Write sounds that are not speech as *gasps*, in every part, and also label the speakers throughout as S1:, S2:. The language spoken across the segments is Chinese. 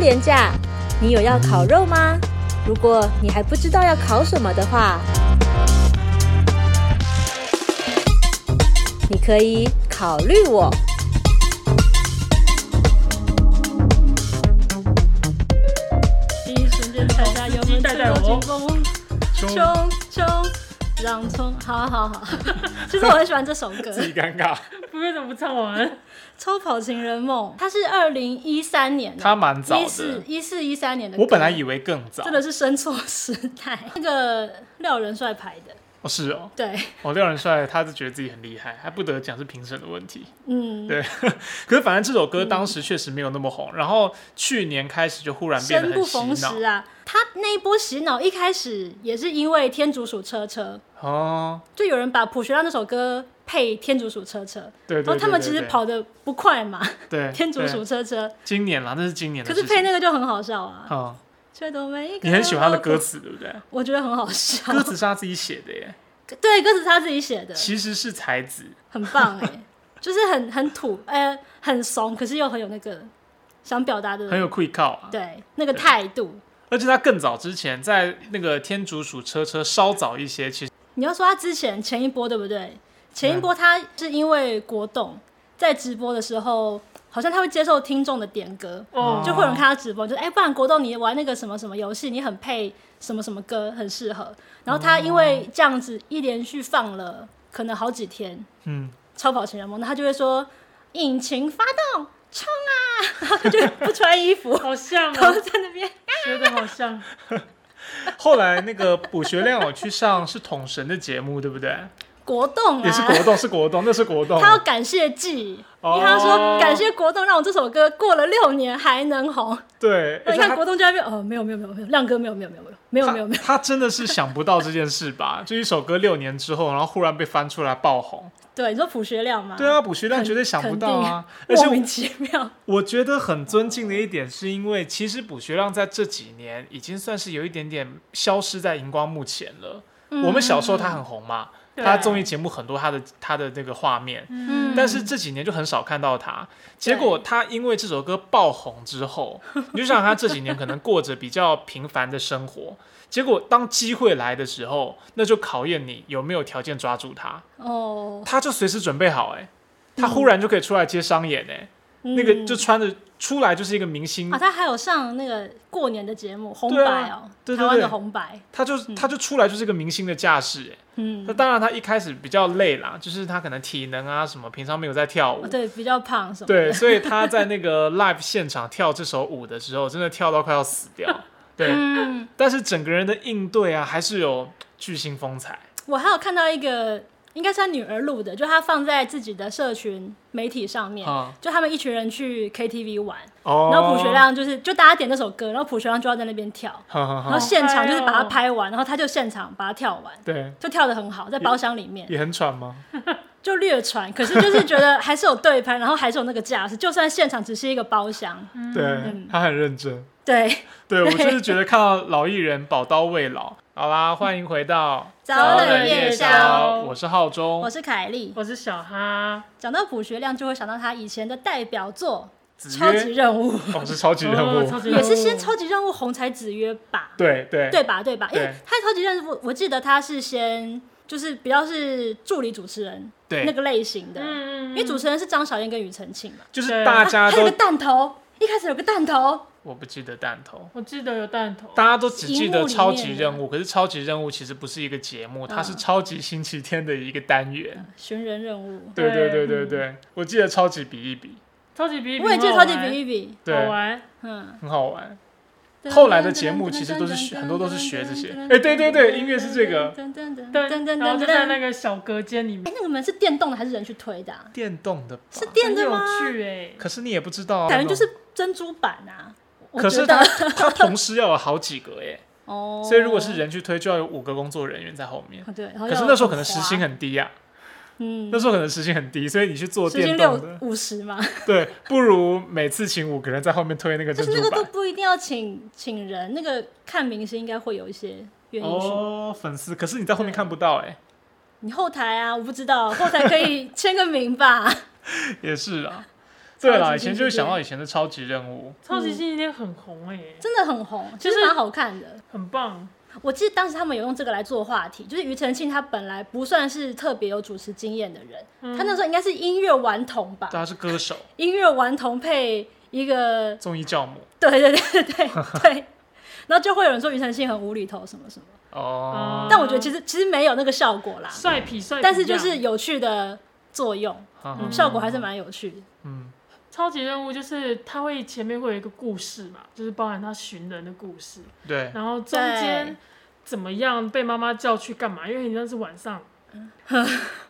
S1: 廉价。你有要烤肉吗？如果你还不知道要烤什么的话，你可以考虑我。
S2: 第一瞬间大家有没有吹过军风？
S3: 胸
S2: 冲冲，让冲！好好好， *laughs* 其实我很喜欢这首歌，
S3: 自己尴 *laughs* 尬。
S4: 不为什么不唱完？
S2: 《超跑情人梦》，它是二零一三年的，
S3: 它蛮早的
S2: 一四一四一三年的歌。
S3: 我本来以为更早，
S2: 真的是生错时代， *laughs* 那个廖仁帅排的，
S3: 哦是哦，
S2: 对，
S3: 哦廖仁帅他是觉得自己很厉害，还不得奖是评审的问题。
S2: 嗯，
S3: 对可是反正这首歌当时确实没有那么红，然后去年开始就忽然变
S2: 生
S3: 得
S2: 不
S3: 很
S2: 逢
S3: 洗脑
S2: 时啊。他那一波洗脑一开始也是因为《天竺鼠车车
S3: 哦》，，
S2: 就有人把朴学亮那首歌配《天竺鼠车车》，
S3: 对对
S2: 然后他们其实跑得不快嘛，
S3: 对
S2: 《天竺鼠
S3: 对
S2: 车车》，
S3: 今年啦，那是今年的
S2: 可
S3: 事
S2: 是
S3: 情。
S2: 配那个就很好笑啊，
S3: 嗯，
S2: 却都没一个。
S3: 你很喜欢他的歌，词对不对？
S2: 我觉得很好笑。
S3: 歌词是他自己写的耶，
S2: 对，歌词是他自己写的，
S3: 其实是才子，
S2: 很棒哎、就是很很土，呃，很怂，可是又很有那个想表达的，
S3: 很有 quick call 啊。
S2: 对那个态度。
S3: 而且他更早之前，在那个天竺鼠车车稍早一些，其实
S2: 你要说他之前前一波对不对？前一波
S3: 啊
S2: 他是因为国栋在直播的时候，好像他会接受听众的点歌，
S4: 哦
S2: 就会有人看他直播，就哎、不然国栋你玩那个什么什么游戏，你很配什么什么歌，很适合。然后他因为这样子一连续放了可能好几天，
S3: 嗯，
S2: 超跑情人梦，他就会说引擎发动，冲啊！然后他就不穿衣服，
S4: 好像
S2: 然后
S4: 哦，
S2: 在那边
S4: 学的好像。
S3: 后来那个卜学亮有去上是统神的节目，对不对？
S2: 国栋啊，
S3: 也是国栋，是国栋，那是国栋。
S2: 他要感谢季。因为他
S3: 哦
S2: 说感谢国栋让我这首歌过了六年还能红。
S3: 对，
S2: 那
S3: 而
S2: 你
S3: 且
S2: 看
S3: 他
S2: 国栋就在那边，哦，没有没有没有没有，亮哥没有没有没有没有没有没有没有，
S3: 他他真的是想不到这件事吧？就一首歌六年之后，然后忽然被翻出来爆红。
S2: 对，你说朴学亮吗？
S3: 对啊，卜学亮绝对想不到啊！而且
S2: 莫
S3: 我
S2: 名其妙。
S3: 我觉得很尊敬的一点，是因为其实卜学亮在这几年已经算是有一点点消失在荧光幕前了。
S2: 嗯
S3: 我们小时候他很红嘛，
S4: 对
S3: 他综艺节目很多他的他的那个画面，
S2: 嗯
S3: 但是这几年就很少看到他。结果他因为这首歌爆红之后，你就想他这几年可能过着比较平凡的生活。结果当机会来的时候，那就考验你有没有条件抓住他。
S2: 哦，
S3: 他就随时准备好、哎，他忽然就可以出来接商演、哎、那个
S2: 嗯
S3: 就穿着出来就是一个明星，
S2: 啊，他还有上那个过年的节目红
S3: 对啊
S2: 白哦，
S3: 对对
S2: 台湾的
S3: 对
S2: 红白，
S3: 他就他就出来就是一个明星的架势、哎
S2: 嗯
S3: 那，当然他一开始比较累啦，就是他可能体能啊什么，平常没有在跳舞
S2: 哦，对，比较胖什么的，
S3: *laughs* 对，所以他在那个 live 现场跳这首舞的时候，真的跳到快要死
S2: *laughs*
S3: 掉。对，
S2: 嗯，
S3: 但是整个人的应对啊，还是有巨星风采。
S2: 我还有看到一个，应该是他女儿录的，就他放在自己的社群媒体上面，
S3: 嗯
S2: 就他们一群人去 KTV 玩，
S3: 哦
S2: 然后朴学，亮就是就大家点那首歌，然后朴学亮就要在那边跳，
S3: 哈哈
S2: 然后
S3: 哈，
S2: 现场就是把它
S4: 哦
S2: 拍完，然后他就现场把它跳完，
S3: 对，
S2: 就跳的很好，在包厢里面
S3: 也很喘吗？
S2: 就略传，可是就是觉得还是有对拍，然后还是有那个架势，就算现场只是一个包厢，
S3: 对，他很认真。
S2: 对，
S3: 对我就是觉得看到老艺人宝刀未老。 *laughs* 好啦，欢迎回到
S2: 早
S4: 冷夜宵
S3: 我是浩中
S2: 我，是凯莉。
S4: 我是小哈，
S2: 讲到朴学亮，就会想到他以前的代表作《
S3: 子
S2: 超级
S3: 曰，
S2: 任务》，
S3: 哦，是超级
S4: 哦
S3: 任
S4: 超
S3: 务，
S4: 级任
S2: 也
S4: 务
S2: 是先《超级任务》红才子曰吧？
S3: 对对
S2: 对吧？对吧？因为
S3: 对
S2: 他《超级任务》，我记得他是先就是比较是助理主持人
S3: 对
S2: 那个类型的，
S4: 嗯
S2: 因为主持人是张小燕跟庾澄庆嘛。
S3: 就是大家
S2: 还有
S3: 都
S2: 个弹头，一开始有个弹头，
S3: *laughs* 我不记得弹头，
S4: 我记得有弹头，
S3: 大家都只记
S2: 荧幕
S3: 得
S2: 里
S3: 超级
S2: 面嗯
S3: 任务，可是超级任务其实不是一个节目，它是超级星期天的一个单元。
S2: 寻人任务。
S3: 对对对
S4: 对
S3: 对
S2: 嗯
S3: 对，我记得超级比一比，
S4: 超级比一比，
S2: 我也记得
S4: 很
S2: 超
S4: 好
S2: 级
S4: 玩
S2: 比一比，
S3: 对，
S4: 好玩，
S2: 嗯，
S3: 很好玩。后来的节目其实都是学很多都是学这些哎对对对音乐是这个
S2: 噔噔噔
S4: 对，
S2: 噔噔
S4: 然后就在那
S2: 噔。
S4: 个小隔间里面
S2: 哎，，那个门是电动的还是人去推的啊？
S3: 电动的吧
S2: 是电
S4: 很
S2: 的
S4: 有
S2: 吗？
S4: 趣哎，
S3: 可是你也不知道啊，
S2: 感觉就
S3: 那种。
S2: 是珍珠板啊。我
S3: 可
S2: 觉
S3: 是
S2: 得
S3: 它它同时要有好几个耶，
S2: *laughs* 哦，
S3: 所以如果是人去推，就要有五个工作人员在后面。
S2: 哦，对。然后
S3: 可
S2: 要
S3: 是那时候可能时
S2: 滑
S3: 薪，很低呀、
S2: 嗯
S3: 那，时候可能时薪很低，所以你去做
S2: 时薪
S3: 电
S2: 六
S3: 动的，
S2: 五十嘛，
S3: 对，不如每次请五个人在后面推那个
S2: 但
S3: 珍
S2: 是那
S3: 珠
S2: 个都
S3: 板。
S2: 不一定要请请人，那个看明星应该会有一些愿意去。
S3: 哦，粉丝，可是你在后面看不到哎、 *laughs*
S2: 你后台啊，我不知道，后台可以签个名吧？
S3: 也是啊。对
S2: *laughs* 超
S3: 啦，
S2: 级
S3: 以前
S2: 星
S3: 就会
S2: 期
S3: 想
S2: 天
S3: 到以前的超级任务，
S4: 超级星期天很红哎、欸，
S2: 真的很红，其
S4: 就
S2: 实
S4: 是
S2: 蛮好看的。
S4: 很棒。
S2: 我记得当时他们有用这个来做话题，就是庾澄庆他本来不算是特别有主持经验的人，
S3: 嗯
S2: 他那时候应该是音乐顽童吧，
S3: 大家是歌手、
S2: 音乐顽童配一个， *laughs*
S3: 综艺教母
S2: 对对对对对对，然后就会有人说庾澄庆很无厘头什么什么，
S3: 哦啊
S4: 嗯。
S2: 但我觉得其实其实没有那个效果啦，
S4: 帅皮帅皮样，
S2: 但是就是有趣的作用，
S3: 哈哈
S2: 嗯效果还是蛮有趣的。
S3: 嗯，
S4: 超级任务，就是它会前面会有一个故事嘛，就是包含他寻人的故事，
S3: 对，
S4: 然后中
S2: 对
S4: 间怎么样被妈妈叫去干嘛？因为你那是
S2: *laughs*
S4: 晚上，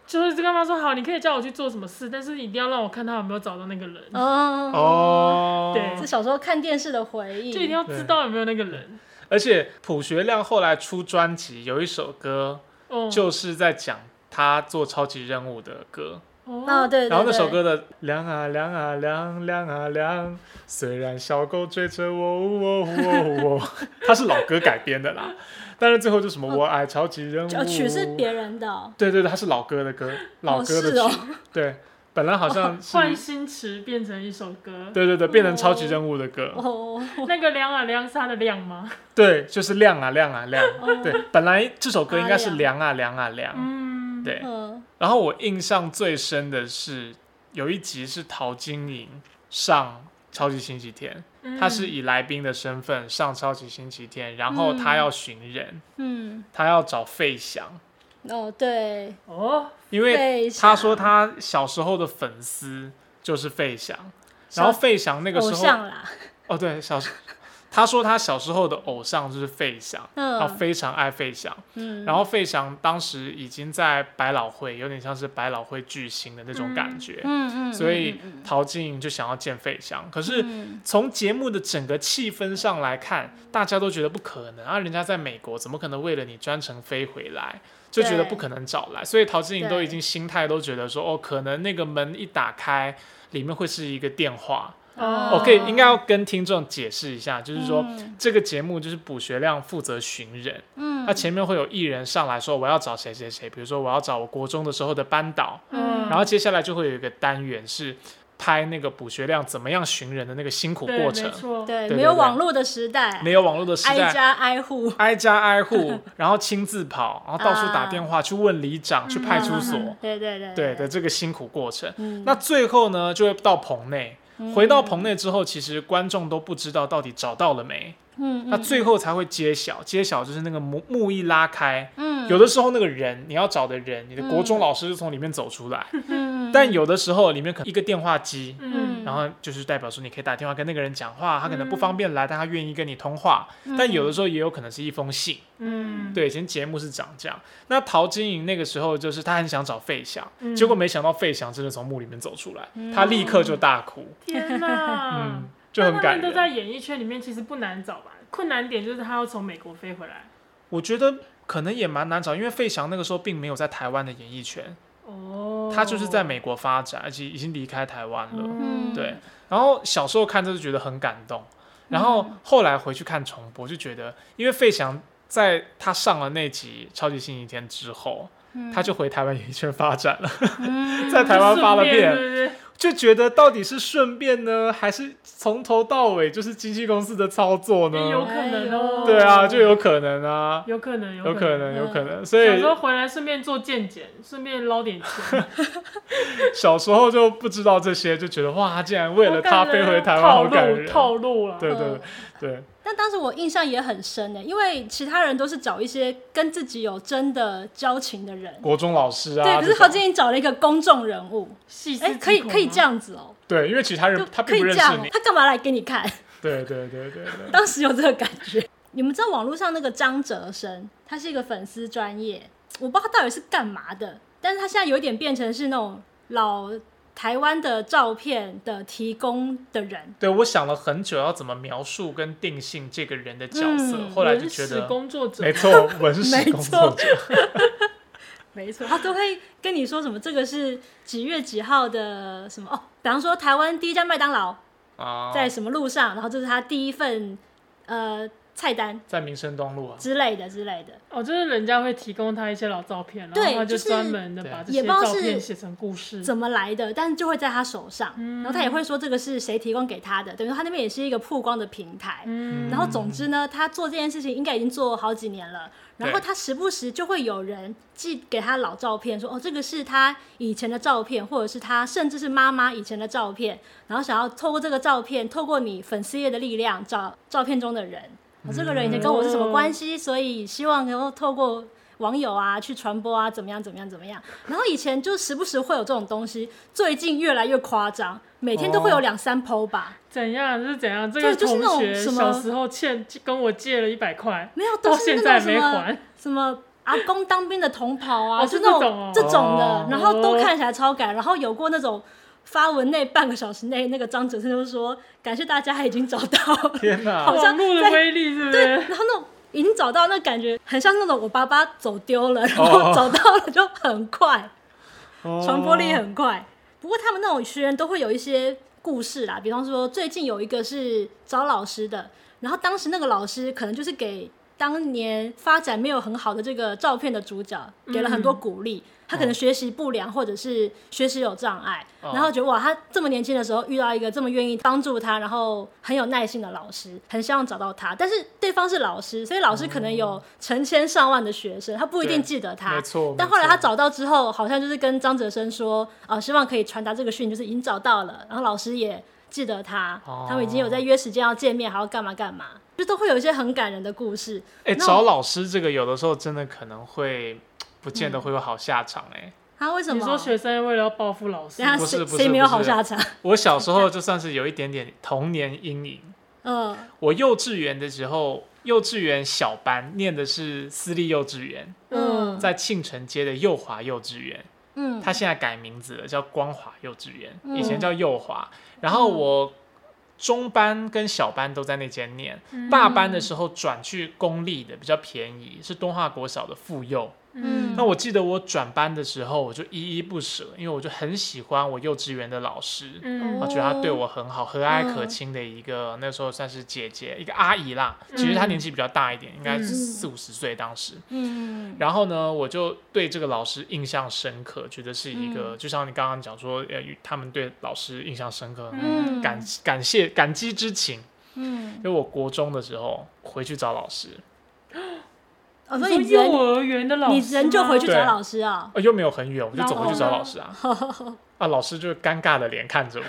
S4: 就是跟妈妈说好，你可以叫我去做什么事，但是一定要让我看他有没有找到那个人，
S2: 嗯，
S3: 哦，
S4: 对
S2: 是小时候看电视的回忆，
S4: 就一定要知道有没有那个人。
S3: 而且朴学亮后来出专辑，有一首歌
S2: 嗯
S4: 哦，
S3: 就是在讲他做超级任务的歌，
S2: 哦，
S4: 哦，
S2: 对对对，
S3: 然后那首歌的“亮啊亮啊亮亮啊亮”，虽然小狗追着我，我我
S2: *laughs*
S3: 我，它是老歌改编的啦，但是最后就什么我爱超级任务，
S2: 就哦曲是别人的哦、
S3: 对对对，它是老歌的歌，老
S2: 哦，
S3: 歌的
S2: 是
S3: 曲，
S2: 哦，
S3: 对，本来好
S2: *laughs*
S3: 像是，
S4: 换新词变成一首歌，
S3: 对对对，变成超级任务的歌，
S2: 哦， *laughs*
S4: 那个亮啊亮是他的亮吗？
S3: 对，就是亮啊亮啊亮，对，本来这首歌应该是
S2: 哦啊
S3: 凉啊凉啊凉，
S4: 嗯，
S3: 对，
S2: 嗯，
S3: 然后我印象最深的是有一集是陶晶莹上《超级星期天》，
S4: 嗯，
S3: 她是以来宾的身份上《超级星期天》，然后她要寻人，
S2: 嗯，
S3: 她要找费翔，
S2: 哦，对，
S4: 哦，
S3: 因为
S2: 费
S3: 她
S2: 翔
S3: 说她小时候的粉丝就是费翔，然后费翔那个时
S2: 偶
S3: 候
S2: 像
S3: *laughs*
S2: 啦，
S3: 哦对小时， *laughs* 她说她小时候的偶像就是费翔，她
S2: 嗯
S3: 非常爱费翔。
S2: 嗯，
S3: 然后费翔当时已经在百老汇，有点像是百老汇巨星的那种感觉，
S2: 嗯嗯，
S3: 所以
S2: 嗯嗯
S3: 陶晶莹就想要见费翔。可是
S2: 嗯
S3: 从节目的整个气氛上来看，大家都觉得不可能啊，人家在美国怎么可能为了你专程飞回来？就觉得
S2: 对
S3: 不可能找来，所以陶晶莹都
S2: 对
S3: 已经心态都觉得说，哦，可能那个门一打开，里面会是一个电话。
S4: 哦
S3: 我可以应该要跟听众解释一下，就是说、
S2: 嗯
S3: 这个节目就是卜学亮负责寻人，
S2: 嗯，
S3: 他前面会有艺人上来说我要找谁谁谁，比如说我要找我国中的时候的班导，
S4: 嗯
S3: 然后接下来就会有一个单元是拍那个补学量怎么样寻人的那个辛苦
S4: 对，
S3: 过
S4: 没
S3: 程，
S4: 错，
S2: 对
S3: 对
S2: 没有
S3: 对
S2: 网络的时代，
S3: 没有网络的时
S2: 挨
S3: 代。
S2: 家挨户，
S3: 挨家挨户，然后亲自跑，然后到处打电话、去问里长、去派出所，
S2: 啊嗯对对对
S3: 对的
S2: 对，
S3: 这个辛苦过程。
S2: 嗯
S3: 那最后呢，就会到棚内。回到棚内之后，其实观众都不知道到底找到了没，
S2: 嗯，
S3: 那最后才会揭晓。揭晓就是那个幕幕一拉开，
S2: 嗯
S3: 有的时候那个人你要找的人，你的国中老师就从里面走出来，
S2: 嗯，
S3: 但有的时候里面可能一个电话机，
S4: 嗯，
S3: 然后就是代表说你可以打电话跟那个人讲话，他可能不方便来，但他愿意跟你通话。但有的时候也有可能是一封信。
S4: 嗯，
S3: 对，以前节目是长这样。那陶晶莹那个时候就是她很想找费翔，
S4: 嗯
S3: 结果没想到费翔真的从墓里面走出来，她立刻就大哭，
S4: 天哪
S3: 嗯，，就很
S4: 那他
S3: 感
S4: 们都
S3: 人。
S4: 在演艺圈里面，其实不难找吧？困难点就是他要从美国飞回来。
S3: 我觉得可能也蛮难找，因为费翔那个时候并没有在台湾的演艺圈，
S4: 哦
S3: 他就是在美国发展，而且已经离开台湾了。
S2: 嗯
S3: 对，然后小时候看就是觉得很感动，然后
S4: 嗯
S3: 后来回去看重播就觉得，因为费翔在他上了那集《超级星期天》之后，
S4: 嗯
S3: 他就回台湾演艺圈发展了， *laughs* 在台湾发了片，
S4: 对对
S3: 就觉得到底是顺便呢，还是从头到尾就是经纪公司的操作
S4: 对，有
S3: 呢？
S4: 可能哦，
S3: 嗯对啊，就有可能啊，
S4: 有可能，
S3: 有可能，
S2: 嗯
S3: 有可能，所
S4: 小
S3: 以
S4: 时候回来顺便做健检，顺便捞点钱，
S3: 小时候就不知道这些，就觉得哇，他竟然为了他
S4: 好感
S3: 飞
S4: 人
S3: 回台湾，
S4: 套
S3: 好感
S4: 路
S3: 人。
S4: 套路了，
S3: 对对
S2: 嗯
S3: 对，
S2: 但当时我印象也很深的，因为其他人都是找一些跟自己有真的交情的人，
S3: 国中老师啊，
S2: 对，可是
S3: 这种
S2: 陶晶莹找了一个公众人物，
S4: 细思
S2: 哎，
S4: 极
S2: 可以
S4: 恐
S2: 可以
S4: 吗
S2: 这，样子哦，
S3: 对，因为其他
S2: 就
S3: 人他
S2: 可以
S3: 并
S2: 这
S3: 不认识
S2: 样哦
S3: 你，。
S2: 他干嘛来给你看？
S3: 对对对对对，
S2: *laughs* 当时有这个感觉。你们知道网络上那个张哲生，他是一个粉丝专业，我不知道他到底是干嘛的，但是他现在有点变成是那种老台湾的照片的提供的人，
S3: 对我想了很久要怎么描述跟定性这个人的角色，
S2: 嗯
S3: 后来就
S4: 文
S3: 觉
S4: 史
S3: 得
S4: 工作者
S3: 没错，文史
S2: *laughs* 没
S3: 工
S2: 错
S3: 作者，
S2: 没错，他都会跟你说什么这个是几月几号的什么哦，比方说台湾第一家麦当劳
S3: 啊，
S2: 在什么路上，然后这是他第一份呃菜单
S3: 在民生东路啊，
S2: 之类的之类的。
S4: 哦，就是人家会提供他一些老照片，然后
S2: 对
S4: 他
S2: 就是
S4: 专门的把这些
S2: 也不知道
S4: 照
S2: 是
S4: 片写成故事。
S2: 怎么来的，但是就会在他手上，然后他也会说这个是谁提供给他的，等于说他那边也是一个曝光的平台。
S4: 嗯
S2: 然后总之呢，他做这件事情应该已经做好几年了，然后
S3: 对
S2: 他时不时就会有人寄给他老照片，说哦这个是他以前的照片，或者是他甚至是妈妈以前的照片，然后想要透过这个照片，透过你粉丝页的力量找照片中的人，哦这个人以前跟我是什
S4: 嗯
S2: 么关系，所以希望能够透过网友啊去传播啊，怎么样怎么样怎么样。然后以前就时不时会有这种东西，最近越来越夸张，每天都会有
S4: 哦
S2: 两三 PO 吧。
S4: 怎样是怎样？这
S2: 对
S4: 个
S2: 就是
S4: 同
S2: 那种
S4: 学
S2: 什么
S4: 小时候欠跟我借了一百块，
S2: 没有，
S4: 到
S2: 都是
S4: 现
S2: 那
S4: 在
S2: 种什
S4: 没
S2: 么
S4: 还。
S2: 什么阿公当兵的同袍啊，
S4: 哦
S2: 就是那
S4: 这种
S2: 种
S4: 哦
S2: 这种
S3: 哦
S2: 的，然后都看起来超感，然后有过那种。发文内半个小时内，那个张哲生就说：“感谢大家，已经找到了。”
S3: 天
S2: *laughs*
S3: 哪
S2: 好！像
S4: 网络的
S2: 在
S4: 威力是不
S2: 对，
S4: 是？
S2: 然后那种已经找到，那感觉很像那种我爸爸走丢了，然后找到了就很快，传播力
S3: 哦
S2: 很快。不过他们那种学员都会有一些故事啦，比方说最近有一个是找老师的，然后当时那个老师可能就是给当年发展没有很好的这个照片的主角给了很多鼓励，
S3: 嗯
S2: 他可能学习不良或者是学习有障碍，
S3: 哦
S2: 然后觉得哇，他这么年轻的时候遇到一个这么愿意帮助他，然后很有耐心的老师，很希望找到他，但是对方是老师，所以老师可能有成千上万的学生，他不一定
S3: 哦对
S2: 记得他，
S3: 没错
S2: 但
S3: 没
S2: 后来
S3: 错
S2: 他找到之后，好像就是跟张哲生说，啊、希望可以传达这个讯，就是已经找到了，然后老师也记得他，
S3: 哦
S2: 他们已经有在约时间要见面，还要干嘛干嘛，就都会有一些很感人的故事。
S3: 哎、
S2: 那
S3: 找老师这个有的时候真的可能会不见
S2: 嗯
S3: 得会有好下场哎、
S2: 啊，为什
S4: 你
S2: 么？
S4: 说学生为了要报复老师
S2: 等，下
S3: 不是
S2: 谁
S3: 不是
S2: 谁没有
S3: 不是
S2: 好下
S3: *laughs*
S2: 场？
S3: 我小时候就算是有一点点童年阴影。
S2: 嗯，
S3: 我幼稚园的时候，幼稚园小班念的是私立幼稚园，
S2: 嗯
S3: 在庆城街的右华幼稚园，
S2: 嗯，
S3: 它现在改名字了，叫光华幼稚园，
S2: 嗯
S3: 以前叫右华。然后我中班跟小班都在那间念，
S2: 嗯
S3: 大班的时候转去公立的，比较便宜，是东华国小的妇幼。
S2: 嗯
S3: 那我记得我转班的时候，我就依依不舍，因为我就很喜欢我幼稚园的老师，
S4: 嗯
S2: 哦
S3: 我觉得她对我很好，和
S2: 嗯
S3: 蔼可亲的一个，那时候算是姐姐，一个阿姨啦。其实她年纪比较大一点，应该是
S4: 嗯
S3: 四五十岁当时。
S2: 嗯
S3: 然后呢，我就对这个老师印象深刻，觉得是一个，就像你刚刚讲说，呃，他们对老师印象深刻，
S2: 嗯
S3: 感感谢感激之情。
S2: 嗯，
S3: 就我国中的时候回去找老师，
S2: 我说哦
S4: 你说
S2: 你人
S4: 幼儿园的老师
S2: 你
S4: 吗，
S2: 人就回去
S3: 对
S2: 找老师啊、
S3: 呃，又没有很远，我就走回去找
S4: 然后呢
S3: 老师啊。啊，老师就尴尬的脸看着我，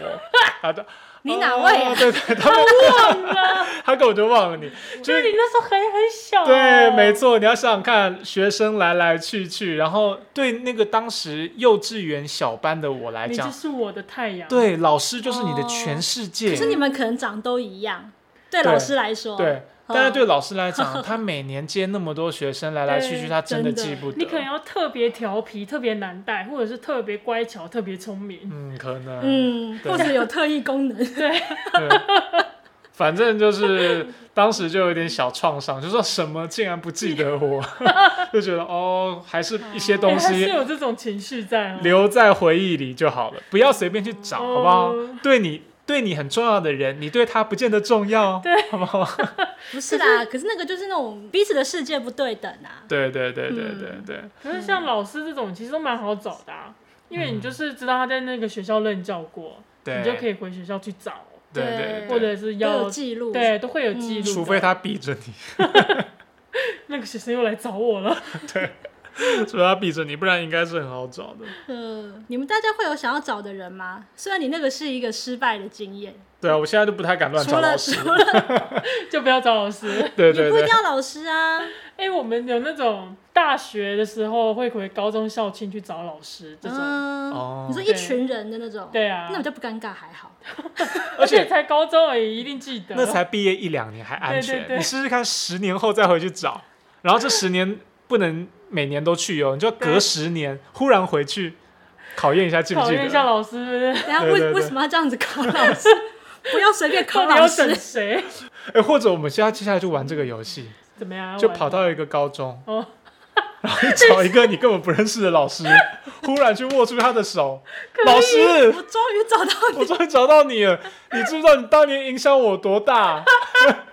S3: 他的
S2: 你哪位啊
S3: 哦对对，他们
S4: 忘了，
S3: *laughs* 他根本就忘了你，就
S4: 就是是你那时候还很小，哦
S3: 对，没，错，你要想想看，学生来来去去，然后对那个当时幼稚园小班的我来
S4: 你就
S3: 讲，
S4: 是我的太阳，，
S3: 对，老师就是你的
S2: 哦
S3: 全世界。
S2: 可是你们可能长都一样，对
S3: 对
S2: 老师来说，
S3: 对，
S2: 哦
S3: 但是
S4: 嗯
S3: 对老师来
S4: *laughs*
S3: 讲，他每年接那么多学生来来去去，
S4: 对
S3: 他真的
S2: 真
S3: 记
S2: 的
S3: 不得。
S4: 你可能要特别调皮、特别难带，或者是特别乖巧、特别聪明，
S3: 嗯，可能，
S2: 嗯，
S3: 对
S2: 或者有特异功能，
S3: 对，反正就是当时就有点小创伤，就说什么竟然不记得
S4: *laughs*
S3: 我，就觉得哦，还是一些
S4: 哎
S3: 东
S4: 还是
S3: 西
S4: 有这种情绪在哦。
S3: 留在回忆里就好了，不要随便去找，
S4: 哦
S3: 好不好？对你对你很重要的人，你对他不见得重要，对，好不 *laughs* 好？
S2: 不是啦，可是那个就是那种彼此的世界不对等啊。
S3: 对对对对对对，
S4: 可是像老师这种，其实都蛮好找的、啊，因为你就是知道他在那个学校任教过，
S3: 对
S4: 你就可以回学校去找，
S3: 对
S2: 对
S3: 对对，
S4: 或者是
S2: 都
S4: 要
S2: 有记录，嗯
S4: 对都会有记录的、
S3: 除非他避着你，
S4: 那个学生又来找我了， *laughs*
S3: 除非他避着你，不然应该是很好找的。
S2: 呃，你们大家会有想要找的人吗？虽然你那个是一个失败的经验，
S3: 对啊，我现在都不太敢乱
S2: 除
S3: 找老
S2: 了
S3: 师
S2: 除。了
S4: 就不要找老
S2: *laughs*
S4: 师。
S3: 对
S2: 也
S3: 对
S2: 不一
S3: 对
S2: 定，要老师
S3: *laughs*
S2: 啊，
S4: 哎、我们有那种大学的时候会回高中校庆去找老师这种，
S2: 嗯，
S3: 哦
S2: 你说一群人的那种，
S4: 对啊
S2: 那比较不尴尬，还好。
S4: 而且才高中而已，一定记得。
S3: 那才毕业一两年还安全，
S4: 对对对
S3: 你试试看，十年后再回去找，然后这十年不能每年都去哦，你就隔十年忽然回去考验一下记不
S4: 考
S3: 记
S4: 验一下
S3: 得。
S4: 老师，是不是
S2: 等一下
S3: 对对
S2: 为
S3: 对
S2: 为什么要这样子考老
S4: *laughs*
S2: 师？不要随便考
S4: 到底要
S2: 老 *laughs*
S4: 整
S2: 师，
S4: 谁？ *laughs*
S3: 哎、或者我们现在接下来就玩这个游戏，
S4: 怎么样？
S3: 就跑
S4: 嗯玩
S3: 到一个高中，
S4: 哦
S3: *laughs* 然后找一个你根本不认识的老
S4: *laughs*
S3: 师，忽然去握住他的手，老师，
S2: 我终于
S3: *laughs*
S2: 找到
S3: 我终于找到你了，你知不知道你当年影响我多大？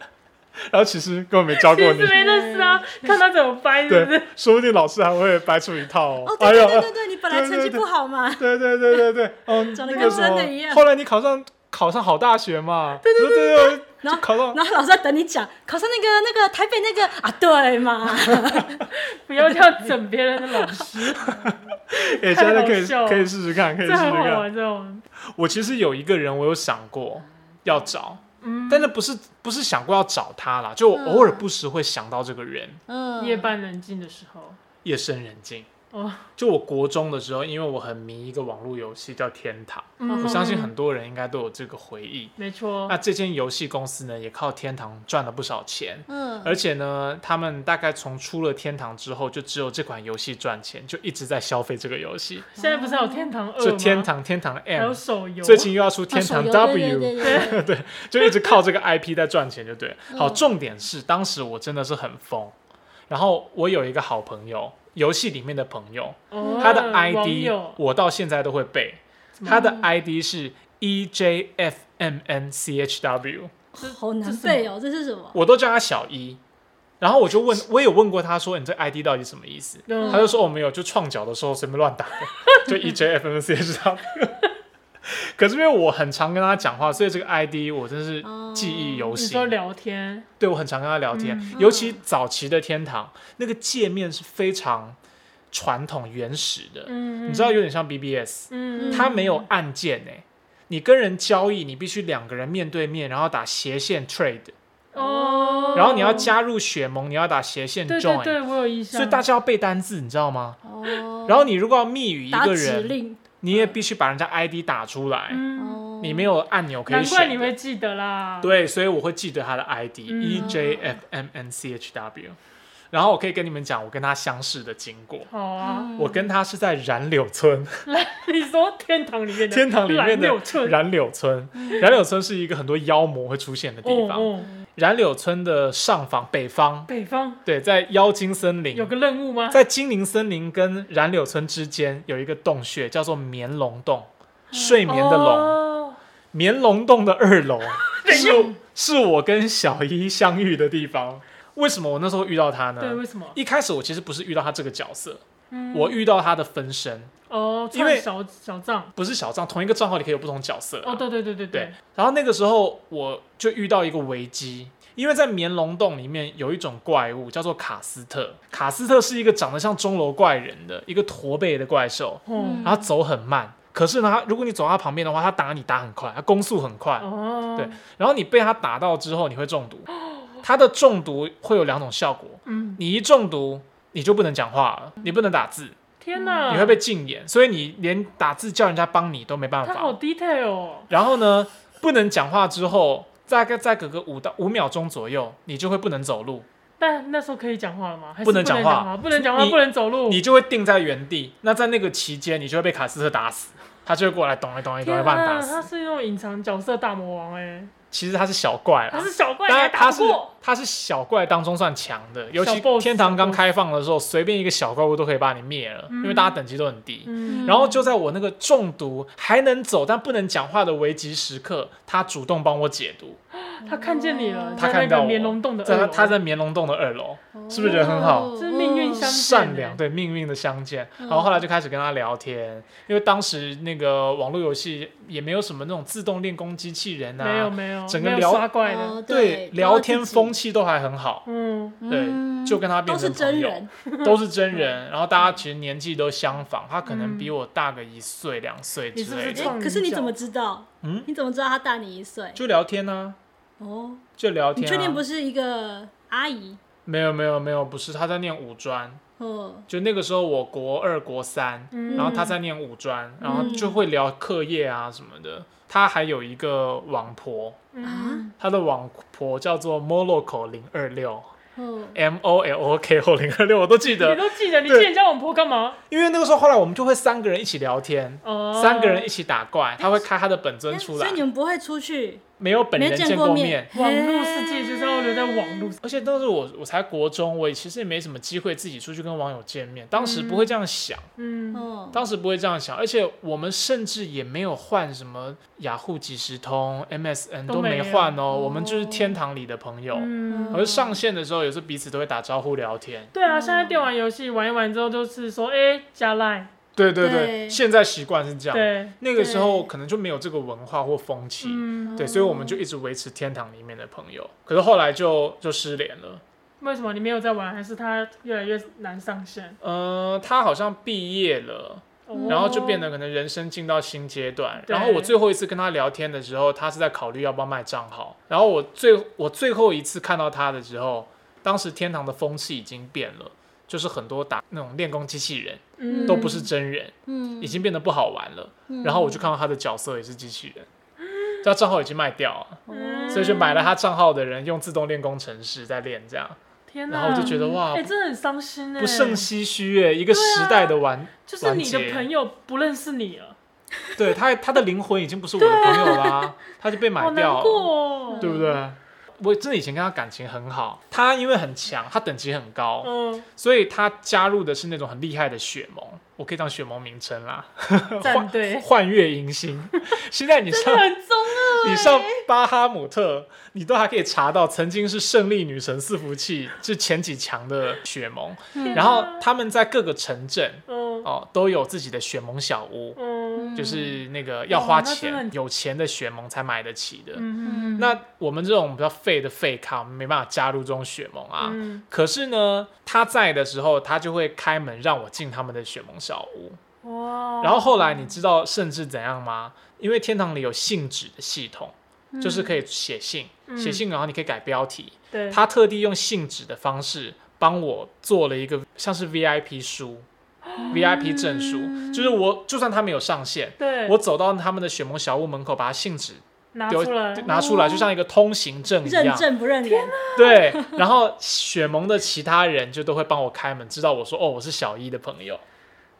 S3: *laughs* 然后其实根本没教过
S4: 其
S3: 你
S4: 实。没认识啊， *laughs* 看他怎么掰，是不
S3: 对
S4: 是？，
S3: 说不定老师还会掰出一套哦。
S2: 哦，
S3: 哎
S2: 对
S3: 呦
S2: 对对对对，你本来
S3: 对
S2: 成
S3: 对
S2: 绩
S3: 对
S2: 不好嘛，
S3: 对 *laughs* 对对对对，哦，
S2: 长得
S3: 那个
S2: 跟
S3: 什
S2: 真的
S3: 么
S2: 一样
S3: 后来你考上考上好大学嘛？对对对对，
S2: 然后
S3: 考上
S2: 然后老师在等你讲，考上那个那个台北那个啊，对嘛，
S4: 不要这样整别人的
S3: *laughs*
S4: 老师，
S3: 哎，真的可以
S4: 太好笑了
S3: 可以试试看，可以
S4: 这
S3: 试试
S4: 很好
S3: 看。
S4: 玩，这种。
S3: 我其实有一个人，我有想过要找，
S4: 嗯，
S3: 但那不是不是想过要找他啦，就我偶尔不时会想到这个人，
S2: 嗯，
S4: 夜半人静的时候，
S3: 夜深人静。
S4: 哦，
S3: 就我国中的时候，因为我很迷一个网络游戏叫《天堂》，
S4: 嗯
S3: 我相信啊很多人应该都有这个回忆。
S4: 没错
S2: 哦
S3: 那，这间游戏公司呢，也靠《天堂》赚了不少钱。
S2: 嗯，
S3: 而且呢，他们大概从出了《天堂》之后，就只有这款游戏赚钱，就一直在消费这个游戏。
S4: 现在不是还有天堂二
S3: 就
S4: 吗？
S3: 天堂、天堂
S4: 还
S3: M，
S4: 有手游，
S3: 最近又要出《
S2: 啊
S3: 天
S2: 手
S3: 堂
S2: 游
S3: W》
S2: 对对对对对
S3: 就一直靠这个 IP 在赚钱，就对了。好，
S2: 嗯
S3: 重点是当时我真的是很疯，然后我有一个好朋友，游戏里面的朋友，
S4: 哦
S3: 他的
S4: 网
S3: ID
S4: 友嗯
S3: 我到现在都会背，他的 ID 是 E J F M N C H W，
S2: 好难背哦，这是什么？
S3: 我都叫他小一。然后我就问，我有问过他说你这 ID 到底什么意思？
S4: 嗯
S3: 他就说我哦没有，就创角的时候随便乱打的，就 E J F M C H W。可是因为我很常跟他讲话，所以这个 ID 我真是记忆犹
S4: 哦你
S3: 新。
S4: 说聊天，
S3: 对我很常跟他聊天，
S4: 嗯
S3: 尤其早期的天堂那个界面是非常传统原始的，
S4: 嗯，
S3: 你知道有点像 BBS，、
S4: 嗯，嗯，
S3: 它没有按键哎、你跟人交易，你必须两个人面对面，然后打斜线 trade，
S4: 哦，
S3: 然后你要加入血盟，你要打斜线
S4: 对啊
S3: join，
S4: 对对，我有印象，
S3: 所以大家要背单字，你知道吗？
S2: 哦，
S3: 然后你如果要密语一
S2: 打
S3: 个
S2: 指
S3: 人，
S2: 令，
S3: 你也必须把人家 ID 打出来，
S4: 嗯，
S2: 哦，
S3: 你没有按钮可以
S4: 难怪
S3: 选
S4: 你
S3: 的。
S4: 会记得啦，，
S3: 对，所以我会记得他的 ID、
S4: 嗯
S3: E J F M N C H W，然后我可以跟你们讲我跟他相识的经过。
S4: 好啊， *laughs*
S3: 我跟他是在染柳村，
S4: 你说天堂里面的
S3: 天堂里面
S4: 蓝嗯
S3: 的
S4: 六寸
S3: 染柳村。染柳村是一个很多妖魔会出现的地方。
S4: 哦哦，
S3: 染柳村的上方北方，
S4: 北方
S3: 对，在妖精森
S4: 有
S3: 林，
S4: 个任务吗？
S3: 在精灵森林跟染柳村之间有一个洞穴，叫做眠龙洞，睡眠的龙。
S4: 嗯哦
S3: 棉龙洞的二
S4: *laughs*
S3: 楼是是我跟小一相遇的地方。为什么我那时候遇到他
S4: 对，
S3: 呢？
S4: 为什么？
S3: 一开始我其实不是遇到他这个角色，
S4: 嗯
S3: 我遇到他的分身，
S4: 哦，
S3: 因为
S4: 串小小账，
S3: 不是小账，同一个账号里可以有不同角色啊、
S4: 哦，对对对对
S3: 对，然后那个时候我就遇到一个危机，因为在棉龙洞里面有一种怪物叫做卡斯特，卡斯特是一个长得像钟楼怪人的一个驼背的怪兽，
S4: 哦
S2: 嗯
S3: 然后走很慢，可是呢，它如果你走到它旁边的话，它打你打很快，它攻速很快，
S4: 哦，
S3: 对，然后你被它打到之后，你会中
S4: *gasps*
S3: 毒。它的中毒会有两种效果，
S4: 嗯，
S3: 你一中毒，你就不能讲话了，你不能打字，
S4: 天哪，
S3: 你会被禁言，所以你连打字叫人家帮你都没办
S4: 他好
S3: 法。
S4: detail 哦，
S3: 然后呢，不能讲话之后，大概再隔个五到五秒钟左右，你就会不能走路，
S4: 但那时候可以讲话了吗？还是
S3: 不
S4: 不
S3: 能
S4: 能
S3: 讲
S4: 讲
S3: 话
S4: 话，不能讲话，
S3: 你
S4: 不能走路。
S3: 你就会定在原地。那在那个期间，你就会被卡斯特打死，他就会过来咚一咚一咚一
S4: 天
S3: 把你打
S4: 啊，他
S3: 死。
S4: 是那种隐藏角色大魔王哎，
S3: 其实他是小怪
S4: 他
S3: 啦。
S4: 是小怪
S3: 啊当
S4: 还
S3: 然，
S4: 打
S3: 他
S4: 不
S3: 是
S4: 过，
S3: 他是小怪当中算强的，尤其
S4: 小 boss，
S3: 天堂刚
S4: 小 boss
S3: 开放的时候，随便一个小怪物都可以把你灭了，因为
S4: 嗯
S3: 大家等级都很低。
S4: 嗯，
S3: 然后就在我那个中毒还能走但不能讲话的危急时刻，他主动帮我解毒，
S2: 嗯
S4: 他看见你了，
S3: 他
S4: 在
S3: 看到
S4: 那
S3: 我
S4: 个棉龙洞的
S3: 在
S4: 二
S3: 他
S4: 楼，
S3: 他在棉龙洞的二楼，
S2: 哦
S3: 是不是人很好？
S4: 这是命运相
S3: 善
S4: 见
S3: 良，
S4: 欸，
S3: 对命运的相见。
S2: 嗯
S3: 然后后来就开始跟他聊天，因为当时那个网络游戏也没有什么那种自动练功机器人
S4: 没有
S3: 啊，
S4: 没有，
S3: 整个
S4: 没有
S3: 聊
S4: 刷怪
S2: 哦
S4: 的，
S2: 对，
S3: 聊天风
S2: 气，
S3: 气都还很好，
S4: 嗯，
S3: 对，就跟他变
S2: 都是
S3: 成
S2: 真
S3: 朋友，
S2: 人，
S3: 都是真
S2: *laughs*
S3: 人。然后大家其实年纪都相仿，他可能比
S4: 嗯
S3: 我大个一岁两岁
S4: 你
S3: 之
S4: 是不
S3: 类
S4: 是
S3: 的，
S4: 创
S2: 哎，可是你怎么知道？
S3: 嗯
S2: 你怎么知道他大你一岁？
S3: 就聊天啊，
S2: 哦，
S3: 就聊
S2: 你
S3: 天啊。
S2: 确定不是一个阿姨？
S3: 没有没有没有，不是他在念五专，
S2: 哦，
S3: 就那个时候我国二国三，
S4: 嗯
S3: 然后他在念五专，然后
S2: 嗯
S3: 就会聊课业啊什么的。他还有一个网婆，
S2: 啊
S4: 嗯
S3: 他的网婆叫做 Moloko 零二六
S2: 哦，
S3: M O L O K O 零二六，我都记
S4: 你
S2: *laughs*
S3: 得，
S4: 都记得，你
S3: 对
S4: 记人家网婆干嘛？
S3: 因为那个时候后来我们就会三个人一起聊天，
S4: 哦，
S3: 三个人一起打怪，他会开他的本尊出
S2: 哎所
S3: 来
S2: 以。你们不会出去
S3: 没有本
S2: 没
S3: 人
S2: 见
S3: 见
S2: 过
S3: 过
S2: 面
S3: 面，
S4: 网络世界就是要留在网络上。
S3: 而且当时我我才国中，我也其实也没什么机会自己出去跟网友见面，当时不会这样想，
S4: 嗯，
S2: 哦，
S3: 当时不会这样想，而且我们甚至也没有换什么雅虎即时通、MSN
S4: 都
S3: 都
S4: 没
S3: 没
S4: 有
S3: 换哦，我们就是
S2: 哦
S3: 天堂里的朋友。
S4: 嗯，
S3: 而上线的时候，有时候彼此都会打招呼聊天。
S4: 对啊，现在电玩游戏玩一玩之后，就是说，哎，加 line，
S3: 对对
S2: 对
S3: 对，现在习惯是这样。
S4: 对，
S3: 那个时候
S2: 对
S3: 可能就没有这个文化或风气，
S4: 嗯，
S3: 对，所以我们就一直维持天堂里面的朋友。可是后来就就失联了。
S4: 为什么你没有在玩？还是它越来越难上线？
S3: 呃，他好像毕业了，
S4: 哦
S3: 然后就变得可能人生进到新阶段。
S4: 对
S3: 然后我最后一次跟他聊天的时候，他是在考虑要不要卖账号。然后我最我最后一次看到他的时候，当时天堂的风气已经变了，就是很多打那种练功机器人
S4: 嗯
S3: 都不是真人，
S2: 嗯
S3: 已经变得不好玩了。然后我就看到他的角色也是机器人，他账号已经卖掉了，
S2: 哦
S3: 所以就买了他账号的人用自动练功程式在练这样。
S4: 天哪！
S3: 然后我就觉得哇
S4: 哎、，真的很伤心哎、
S3: 不胜唏嘘耶，一个时代的玩，
S4: 就是
S3: 完
S4: 你的
S3: 结
S4: 朋友不认识你了，
S3: *laughs* 对他他的灵魂已经不是我的朋友
S4: *laughs*
S3: 啦，他就被买
S4: 好难
S3: 掉
S4: 过
S3: 了，
S4: 哦。
S3: 对不对？我真的以前跟他感情很好，他因为很强，他等级很高，
S4: 嗯，
S3: 所以他加入的是那种很厉害的血盟，我可以当血盟名称啦，
S4: *laughs* 战队
S3: *laughs* 幻月迎新。 *laughs* 现在你上
S4: 真的很中二、
S3: 你上巴哈姆特，你都还可以查到曾经是胜利女神伺服器是前几强的雪盟，
S4: 天哪
S3: 然后他们在各个城镇
S4: 嗯
S3: 哦都有自己的雪盟小屋，
S4: 嗯
S3: 就是那个要花
S4: 哇那真的
S3: 钱
S4: 很
S3: 有钱的雪盟才买得起的。
S4: 嗯嗯
S3: 那我们这种比较废的废咖，我们没办法加入这种雪盟啊。
S4: 嗯
S3: 可是呢，他在的时候，他就会开门让我进他们的雪盟小屋。
S4: 哇，
S3: 然后后来你知道甚至怎样吗？因为天堂里有信纸的系统，就是
S4: 嗯
S3: 可以写信，写信然后你可以改标题。
S4: 对
S3: 他特地用信纸的方式帮我做了一个像是 VIP 书、VIP 证
S4: 嗯
S3: 书，就是我就算他没有上线，
S4: 对哦
S3: 我走到他们的雪盟小屋门口，把他信纸
S4: 拿
S3: 丢
S4: 出来，
S3: 拿出来，就像一个通行证一
S2: 认
S3: 样。
S2: 证不认脸，
S3: 对，然后雪盟的其他人就都会帮我开门，知道我说哦我是小一的朋友。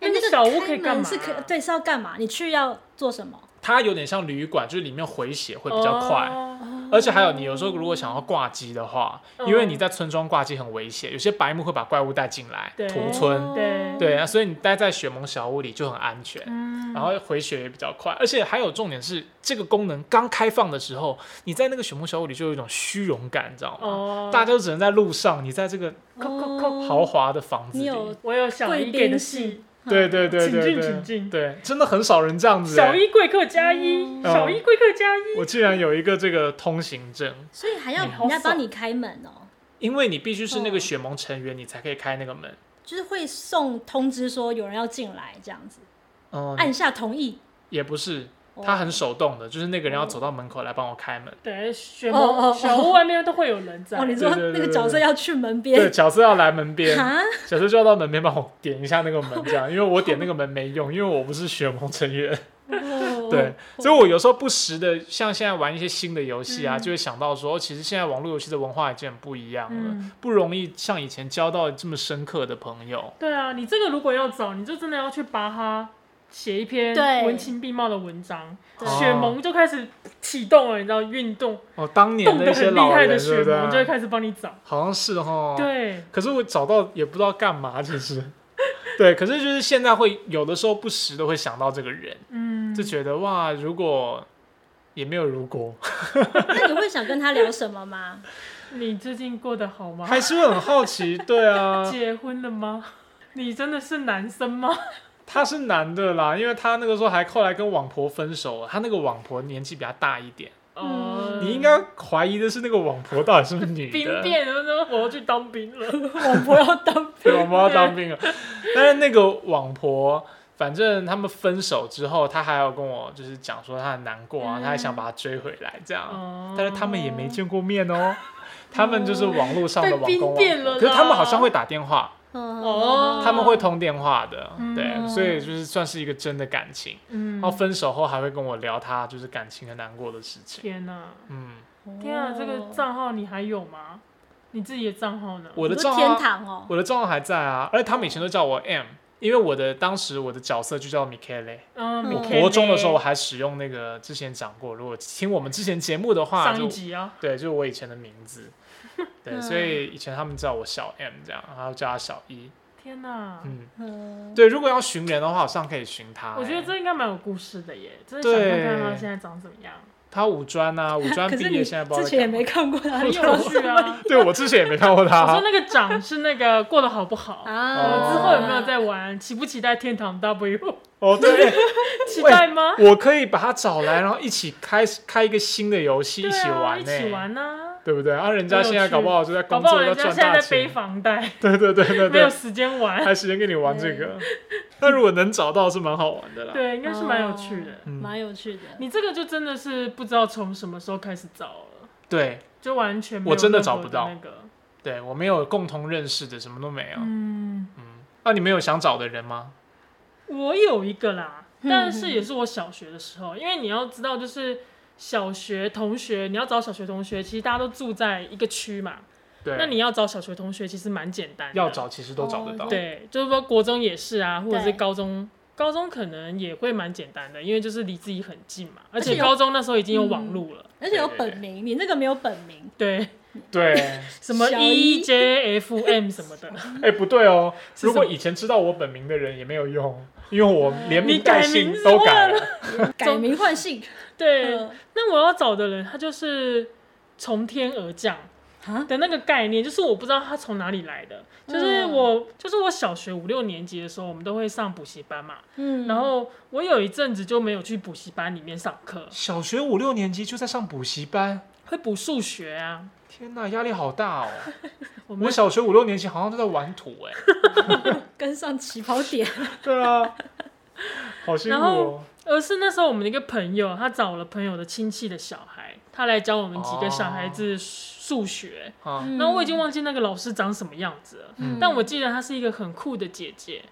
S4: 那
S2: 哎
S4: 个
S2: 个
S4: 小屋可以
S2: 开
S4: 干
S2: 门
S4: 嘛
S2: 是可对是要干嘛？你去要做什么？
S3: 它有点像旅馆，就是里面回血会比较快。
S4: 哦
S3: 而且还有，你有时候如果想要挂机的话，因为
S4: 嗯
S3: 你在村庄挂机很危险，有些白目会把怪物带进来
S4: 对
S3: 屠村，
S4: 哦对
S3: 对啊，所以你待在雪盟小屋里就很安全，
S4: 嗯
S3: 然后回血也比较快。而且还有重点是，这个功能刚开放的时候，你在那个雪盟小屋里就有一种虚荣感，你知道吗？
S4: 哦，
S3: 大家都只能在路上，你在这个
S2: 哦
S3: 豪华的房子
S2: 你
S3: 里，
S2: 有
S4: 我有小
S2: 贵
S4: 一给的
S2: 宾
S4: 戏
S2: 室，，
S3: 对对对对
S4: 请进
S3: 对
S4: 请进
S3: 对，真的很少人这样子、
S4: 小
S3: 欸。
S4: 一贵客加一，
S2: 嗯
S4: 小一贵客加一，
S3: 我竟然有一个这个通行证，
S2: 所以还要
S4: 哎好
S2: 人家
S4: 爽
S2: 帮你开门哦，
S3: 因为你必须是那个
S2: 哦
S3: 雪盟成员，你才可以开那个门。
S2: 就是会送通知说有人要进来这样子，
S3: 嗯，
S2: 按下同意。
S3: 也不是，
S2: 哦
S3: 他很手动的，就是那个人要
S4: 哦
S3: 走到门口来帮我开门。
S4: 对，雪
S2: 哦哦
S4: 猫
S2: 哦
S4: 小屋外面都会有人在
S2: 哦，，你说
S3: 对对对
S2: 那个角色要去门
S3: 对，
S2: 边
S3: 角色要来门边，*laughs*
S4: *laughs*
S2: 啊？
S3: 角色就要到门边帮我点一下那个门，这样，因为我点那个门没用，因为我不是雪盟成员。对
S4: 哦
S2: 对，
S3: 所以我有时候不时的，像现在玩一些新的游戏啊，
S4: 嗯
S3: 就会想到说，其实现在网络游戏的文化已经很不一样了，
S4: 嗯
S3: 不容易像以前交到这么深刻的朋友。
S4: 对啊，你这个如果要找，你就真的要去巴哈写一篇
S2: 对
S4: 文情并茂的文章，
S3: 对
S4: 雪盟就开始启动了，你知道运动
S3: 哦，当年
S4: 动
S3: 的
S4: 得
S3: 一些
S4: 很厉
S3: 老
S4: 害
S3: 人，
S4: 的
S3: 对
S4: 雪
S3: 不啊
S4: 盟就
S3: 对？
S4: 会开始帮你找，
S3: 好像是哦。。
S4: 对，
S3: 可是我找到也不知道干嘛，其
S4: *laughs*
S3: 实。对，可是就是现在会有的时候不时的会想到这个人，
S4: 嗯，
S3: 就觉得哇，如果也没有如果，
S2: 那你会想跟他聊什么吗？
S4: 你最近过得好
S3: *laughs*
S4: 吗？
S3: 还是会很好
S4: *laughs*
S3: 奇。对啊，
S4: 结婚了吗？你真的是男生吗？
S3: 他是男的啦，因为他那个时候还后来跟网婆分手了，他那个网婆年纪比较大一点，
S4: 哦，
S3: 你应该怀疑的是那个网婆到底是不是
S4: *laughs*
S3: 女
S4: 兵
S3: 的。
S4: 变，然后说我要去当兵了，
S2: 我不要当
S3: *laughs* 对，网婆要
S4: 啊
S3: 当兵了，但是那个网婆。反正他们分手之后，他还要跟我就是讲说他很难过啊，
S4: 嗯
S3: 他还想把他追回来这样。
S4: 哦
S3: 但是他们也没见过面哦，他们就是网络上的网
S4: 哦被
S3: 工
S4: 兵
S3: 网
S4: 变
S3: 婆，
S4: 了啦
S3: 可是他们好像会打电话，
S2: 哦，
S3: 他们会通电话的，对，
S4: 嗯
S3: 所以就是算是一个真的感情。
S4: 嗯
S3: 然后分手后还会跟我聊他就是感情很难过的事情。
S4: 天哪，
S3: 嗯，
S2: 哦
S4: 天啊，这个账号你还有吗？你自己的账号呢？
S3: 我的
S2: 你
S3: 账
S2: 说天
S3: 号，啊
S2: 堂哦，
S3: 我的账号还在啊，而且他们以前都叫我 M，因为我的当时我的角色就叫 Michele，
S4: 嗯，
S2: 我
S3: 我
S4: Michele
S3: 国中的时候我还使用那个之前讲过，如果听我们之前节目的话，
S4: 上一
S3: 就
S4: 集啊，
S3: 对，就是我以前的名
S2: *laughs*
S3: 字。对，
S2: 嗯
S3: 所以以前他们叫我小 M 这样，然后叫他小一。
S4: 天哪，
S3: 嗯，
S2: 嗯，
S3: 对，如果要寻人的话，好像可以寻他、
S4: 我觉得
S3: 欸
S4: 这应该蛮有故事的耶，真的想看看他现在长怎么
S3: *laughs*
S4: 样，
S3: 他五专啊，五
S2: *laughs*
S3: 专
S2: 可
S3: 毕
S2: 是
S3: 业
S2: 你
S3: 现在不知道
S2: 之
S3: 在
S2: 前也
S3: 干嘛
S2: 没看过
S3: *laughs*
S2: 他
S4: 很
S2: 的
S4: 有
S2: 角
S4: 趣
S2: 色
S4: 啊。
S3: 对我之前也没看过他。
S4: 我说那个长是那个过得好不好，
S2: *laughs*
S4: 呃
S2: 啊
S3: 哦
S4: 之后有没有在玩，期不期待天堂 W？
S3: 哦，
S2: *laughs*
S3: 对，
S4: 期待
S3: *laughs*
S4: 吗？
S3: 我可以把他找来，然后一起开开一个新的游戏，
S4: 对
S3: 起
S4: 啊，
S3: 玩
S4: 一
S3: 呢、
S4: 起玩呐。
S3: 对不对？啊，人家
S4: 很有
S3: 现在
S4: 趣
S3: 搞不好就在
S4: 搞
S3: 工
S4: 不好
S3: 作，
S4: 人
S3: 要
S4: 家
S3: 赚
S4: 现在
S3: 大
S4: 在背
S3: 钱。
S4: 房贷，
S3: 对对对对
S4: *laughs* 没有
S3: 对，
S4: 时间玩。
S3: 还时间跟你玩这个。那如果能找到是蛮好玩的啦。
S4: 对，应该是蛮有趣的。
S3: 嗯
S2: 蛮有趣的。
S4: 你这个就真的是不知道从什么时候开始找了，
S3: 对
S4: 就完全没
S3: 我
S4: 有
S3: 真的
S4: 任
S3: 找
S4: 何
S3: 不到
S4: 那个。
S3: 对，我没有共同认识的，什么都没有。
S4: 嗯，
S3: 嗯，那、你们有想找的人吗？
S4: 我有一个啦，
S2: 嗯
S4: 但是也是我小学的时候，因为你要知道，就是小学同学，你要找小学同学，其实大家都住在一个区嘛，
S3: 对，
S4: 那你要找小学同学其实蛮简单的，
S3: 要找其实都找得到。
S2: 哦
S4: 对，就是说国中也是啊，或者是
S2: 对
S4: 高中，高中可能也会蛮简单的，因为就是离自己很近嘛，
S2: 而
S4: 而且
S2: 且有嗯
S4: 高中那时候已经有网路了，
S2: 而且有本名，你那个没有本名，
S4: 对，
S3: 对，
S4: *laughs* 什么
S2: 小
S4: E
S2: 一
S4: J F
S2: *laughs*
S4: M 什么的，
S3: 哎、不对哦，
S4: 是
S3: 如果
S4: 什么
S3: 以前知道我本名的人也没有用，因为我连
S4: 你
S3: 名带
S4: 改
S3: 姓
S4: 名字
S3: 都
S4: 忘
S3: 改
S4: 了
S3: 了。
S2: *laughs* 改名换姓。
S4: *laughs* 对
S2: 嗯，
S4: 那我要找的人，他就是从天而降
S2: 啊
S4: 的那个概念，就是我不知道他从哪里来的。就是
S2: 嗯
S4: 我，就是我小学五六年级的时候，我们都会上补习班嘛。
S2: 嗯，
S4: 然后我有一阵子就没有去补习班里面上课，
S3: 小学五六年级就在上补习班，
S4: 会补数学啊。
S3: 天哪，压力好大哦！
S4: *laughs*
S3: 我
S4: 我们
S3: 小学五六年级好像都在玩土哎、
S4: *laughs*
S2: 跟上起跑点，
S3: 对啊，好辛苦
S4: 然后
S3: 哦。
S4: 而是那时候我们的一个朋友，他找了朋友的亲戚的小孩，他来教我们几个小孩子数学。
S3: 啊，
S4: *laughs*
S2: 嗯
S4: 然后我已经忘记那个老师长什么样子了，
S3: 嗯
S4: 但我记得她是一个很酷的姐姐。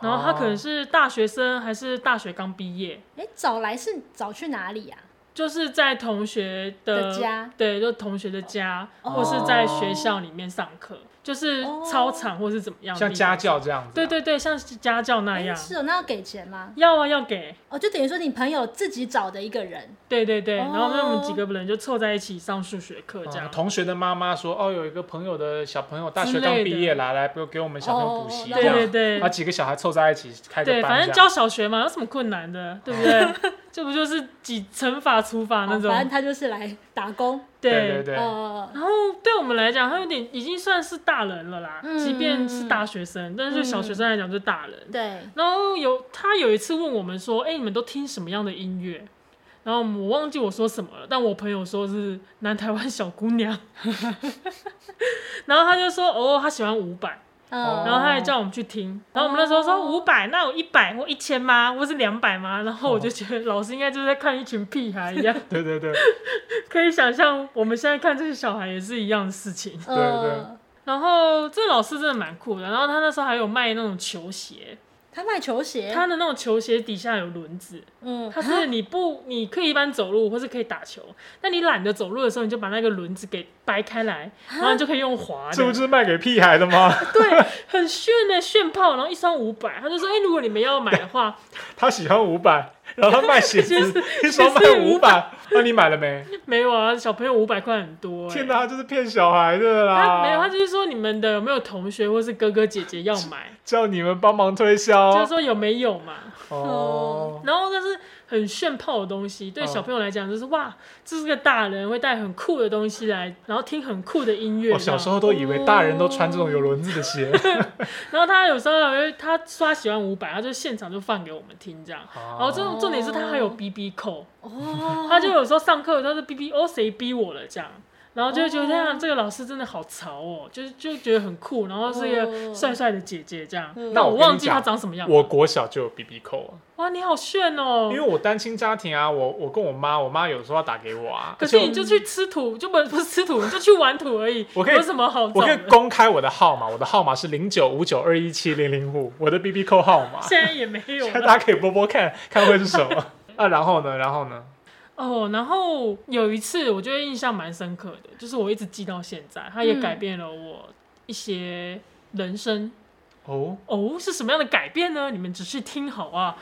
S4: 然后她可
S2: 哦
S4: 能是大学生还是大学刚毕业，
S2: 哎，找来是找去哪里啊呀？
S4: 就是在同学的
S2: 的家
S4: 对，就同学的家，
S2: 哦
S4: 或是在学校里面上课，就是操场或是怎么样，
S3: 像家，教这样子啊、
S4: 对对对，像是家教那
S2: 哎，
S4: 样，
S2: 是哦，那要给钱吗？
S4: 要啊要给，
S2: 哦，就等于说你朋友自己找的一个人，
S4: 对对对，
S2: 哦
S4: 然后那我们几个人就凑在一起上数学课
S3: 嗯
S4: 这样，
S3: 同学的妈妈说：“哦，有一个朋友的小朋友大
S4: 之
S3: 学
S4: 类
S3: 刚
S4: 的
S3: 毕业啦，来不给我们小朋友补
S2: 哦
S3: 习，这
S4: 对
S3: 样
S4: 对对
S3: 把几个小孩凑在一起开个
S4: 对，
S3: 班这样，
S4: 反正教小学嘛，有什么困难的，对不
S2: *laughs*
S4: 对？这不就是几乘法除法
S2: 哦
S4: 那
S2: 反正
S4: 种，
S2: 他就是来打工。
S3: 对对对，
S4: 哦
S2: 呃，
S4: 然后对我们来讲，他有点已经算是大人了啦，
S2: 嗯
S4: 即便是大学生，但是对小学生来讲就大人。
S2: 对，
S4: 然后有他有一次问我们说：“哎、你们都听什么样的音乐？”然后我忘记我说什么了，但我朋友说是南台湾小姑娘， *laughs* 然后他就说：“哦，他喜欢伍佰。”
S2: 嗯，
S4: 然后他还叫我们去听，然后我们那时候说五百，那有一百或一千吗？或是两百吗？然后我就觉得老师应该就是在看一群屁孩一样， *laughs*
S3: 对对对，
S4: 可以想象我们现在看这些小孩也是一样的事情。
S2: 对
S3: 对
S2: 呃
S4: 然后这个老师真的蛮酷的，然后他那时候还有卖那种球鞋，
S2: 他卖球
S3: 嗯
S2: 鞋，
S4: 他的那种球鞋底下有轮子，
S2: 嗯，
S4: 它是你不你可以一般走路或是可以打球，但你懒得走路的时候，你就把那个轮子给掰开来，然后你就可以用滑
S3: 这不
S4: 的
S3: 啊就，是卖给屁孩的吗？
S4: 对，很炫的、炫炮，然后一双五百，他就说，哎、如果你们要买的话。
S3: 他喜欢五
S4: *laughs*
S3: 百，然后他卖鞋
S4: 其实
S3: 子，一双卖五百，那你买了没？
S4: 没有啊，小朋友五百块很多、欸。
S3: 天哪，他就是骗小孩的啦！
S4: 他没有，他就是说你们的有没有同学或是哥哥姐姐要买，
S3: 叫你们帮忙推
S4: 就是
S3: 销
S4: 说有没有嘛。
S3: 哦。
S4: 然后但是很炫炮的东西，对
S3: 嗯
S4: 小朋友来讲就是哇，这是个大人会带很酷的东西来，然后听很酷的音乐。
S3: 我哦小时
S4: 候，
S3: 候都以为大人都穿这种有轮子的鞋，
S4: 然后他有时候还会他说他喜欢五百，他就现场就放给我们听这样。
S3: *laughs*
S4: 然后
S3: 哦，
S4: 这种重点是他还有 B B 扣，
S2: 哦，
S4: 他就有时候上课他是 B B 哦谁逼我了这样，然后就会觉
S2: 哦
S4: 得啊这个老师真的好潮哦，就是就觉得很酷，然后是一个
S2: 哦
S4: 帅帅的姐姐这样。
S2: 嗯
S4: 但
S3: 那我
S4: 我
S3: 跟你
S4: 忘记
S3: 讲
S4: 她长什么样了。
S3: 我国小就有 BB 扣啊。
S4: 哇你好炫哦
S3: 因为！我单亲家庭啊，我我跟我妈，我妈有时候要打给我啊，
S4: 可
S3: 而且
S4: 是
S3: 我
S4: 你就去吃土，就不不是吃土，你就去玩土而已。
S3: *laughs* 我可以
S4: 有什么好找
S3: 我
S4: *laughs*
S3: 可以
S4: 的？
S3: 公开我的号码，我的号码是零九五九二一七零零五，我的 B B 扣号码，
S4: 现在也没
S3: *laughs*
S4: 有了
S3: 大家可以拨拨看 *laughs* 看会是什么啊？然后呢？然后呢？
S4: 哦。然后有一次，我觉得印象蛮深刻的，就是我一直记到现在，它也改变了我一些人生。
S3: 哦，
S4: 哦，是什么样的改变呢？你们只是听好啊。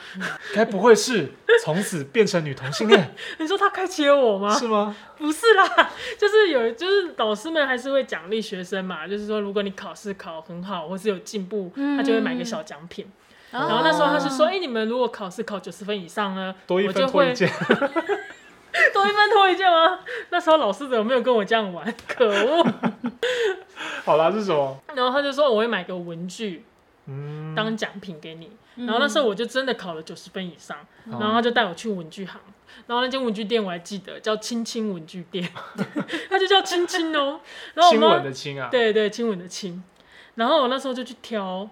S3: 该不会是从此变成女同性
S4: *laughs*
S3: 恋
S4: 你说他开启了我吗？
S3: 是吗？
S4: 不是啦， *laughs* 就是有，就是老师们还是会奖励学生嘛，就是说如果你考试考很好，或是有进步，
S2: 嗯
S4: 他就会买个小奖品。
S2: 然
S4: 然后那时候他是说，哎、你们如果考试考九十分以上
S3: 哦
S4: 呢，
S3: 多一
S4: 我就
S3: 分多
S4: 会
S3: 一件，
S4: *laughs*
S3: *laughs*
S4: 多一分多一件吗？那时候老师怎么没有跟我这样玩？可恶！
S3: 好啦，是什么？
S4: 然后他就说我会买个文具
S3: 嗯，
S4: 当奖品给你。
S2: 哦嗯
S4: 然后那时候我就真的考了九十分以上，
S3: 哦
S4: 然后他就带我去文具行。然后那间文具店我还记得叫青青文具店， *laughs* 它就叫青青哦。然后我
S3: 亲
S4: 妈
S3: 吻的亲啊，，
S4: 对对亲吻的亲。然后我那时候就去挑，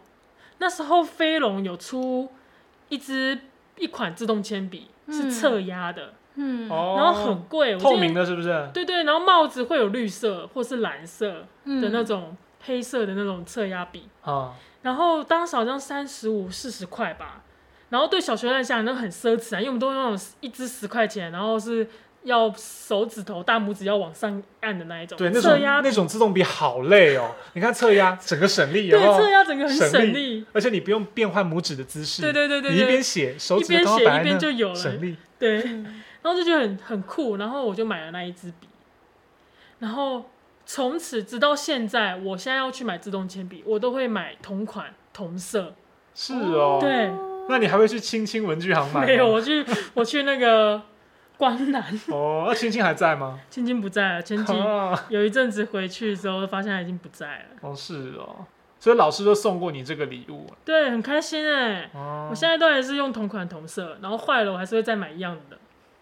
S4: 那时候飞龙有出一支一款自动铅笔是
S2: 嗯
S4: 侧压的，
S2: 嗯
S3: 哦，
S4: 然后很贵，我记得
S3: 透明的，是不是？
S4: 对对，然后帽子会有绿色或是蓝色
S3: 嗯
S4: 的那种、黑色的那种侧压笔，
S3: 啊，
S4: 然后当时好像三十五四十块吧，然后对小学生来讲那很奢侈啊，因为我们都用那种一支十块钱，然后是要手指头大拇指要往上按的那一种，
S3: 对，那
S4: 侧
S3: 种
S4: 压
S3: 那种自动笔好累哦。你看侧
S4: *laughs*
S3: 压，整个省力，
S4: 对
S3: 然后
S4: 侧压整个很省
S3: 省
S4: 力，
S3: 而且你不用变换拇指的姿势，
S4: 对对对对
S3: 你一
S4: 对
S3: 边写手
S4: 一
S3: 指
S4: 边
S3: 头
S4: 写
S3: 摆
S4: 一
S3: 在那
S4: 边就有了
S3: 省，力。
S4: 对，然后就觉得很很酷，然后我就买了那一支笔，然后从此直到现在，我现在要去买自动铅笔，我都会买同款同色。
S3: 是哦，
S4: 对，
S3: 那你还会去亲亲文具行买吗？
S4: 没有，我去 *laughs* 我去那个关南，
S3: 哦，那亲亲还在吗？
S4: 青青不在
S3: *laughs*
S4: 了，前几
S3: 啊，
S4: 有一阵子回去之后，发现他已经不在了。
S3: 哦是哦，所以老师都送过你这个礼物
S4: 对，很开心哎、
S3: 哦
S4: 我现在都还是用同款同色，然后坏了我还是会再买一样的。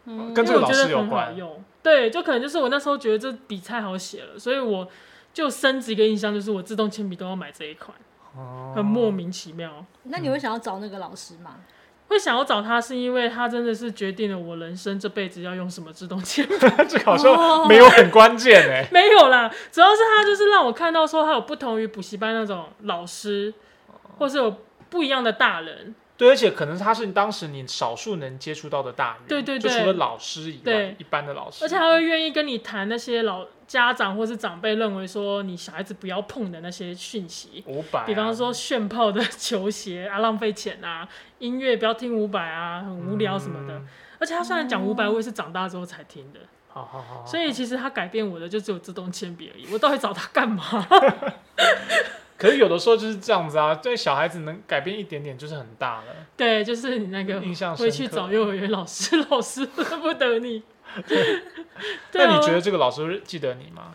S2: 嗯
S3: 跟这
S4: 因
S3: 个
S4: 为我
S3: 老
S4: 觉
S3: 师
S4: 得
S3: 有
S4: 很好
S3: 关。
S4: 用。对，就可能就是我那时候觉得这笔太好写了，所以我就升级一个印象，就是我自动铅笔都要买这一款，
S3: 哦
S4: 很莫名其妙。
S2: 那你会想要找那个老师吗？
S4: 会想要找他，是因为他真的是决定了我人生这辈子要用什么自动铅笔。
S3: *laughs*
S4: *laughs*
S3: 这个好
S4: 哦
S3: 像没有很关键哎。
S4: 没有啦，主要是他就是让我看到说，他有不同于补习班那种老师，或是有不一样的大人。
S3: 对，而且可能他是当时你少数能接触到的大人，
S4: 对对
S3: 就
S4: 对
S3: 除了老师以外
S4: 对，
S3: 一般的老师，
S4: 而且还会愿意跟你谈那些老家长或是长辈认为说你小孩子不要碰的那些讯息，
S3: 五百，
S4: 比方说炫炮的球鞋啊，浪费钱啊，音乐不要听伍佰啊，很无聊什么的。
S3: 嗯哦
S4: 而且他虽然讲伍佰，我也是长大之后才听的，
S3: 好好好，
S4: 所以其实他改变我的就只有自动铅笔而已。我到底找他干嘛？ *laughs*
S3: 可是有的时候就是这样子啊，对小孩子能改变一点点就是很大了。
S4: 对，就是你那个
S3: 印象深刻
S4: 回去找幼儿园老师，老师 *laughs* 恨不得你。对
S3: 那
S4: 啊
S3: 你觉得这个老师记得你吗？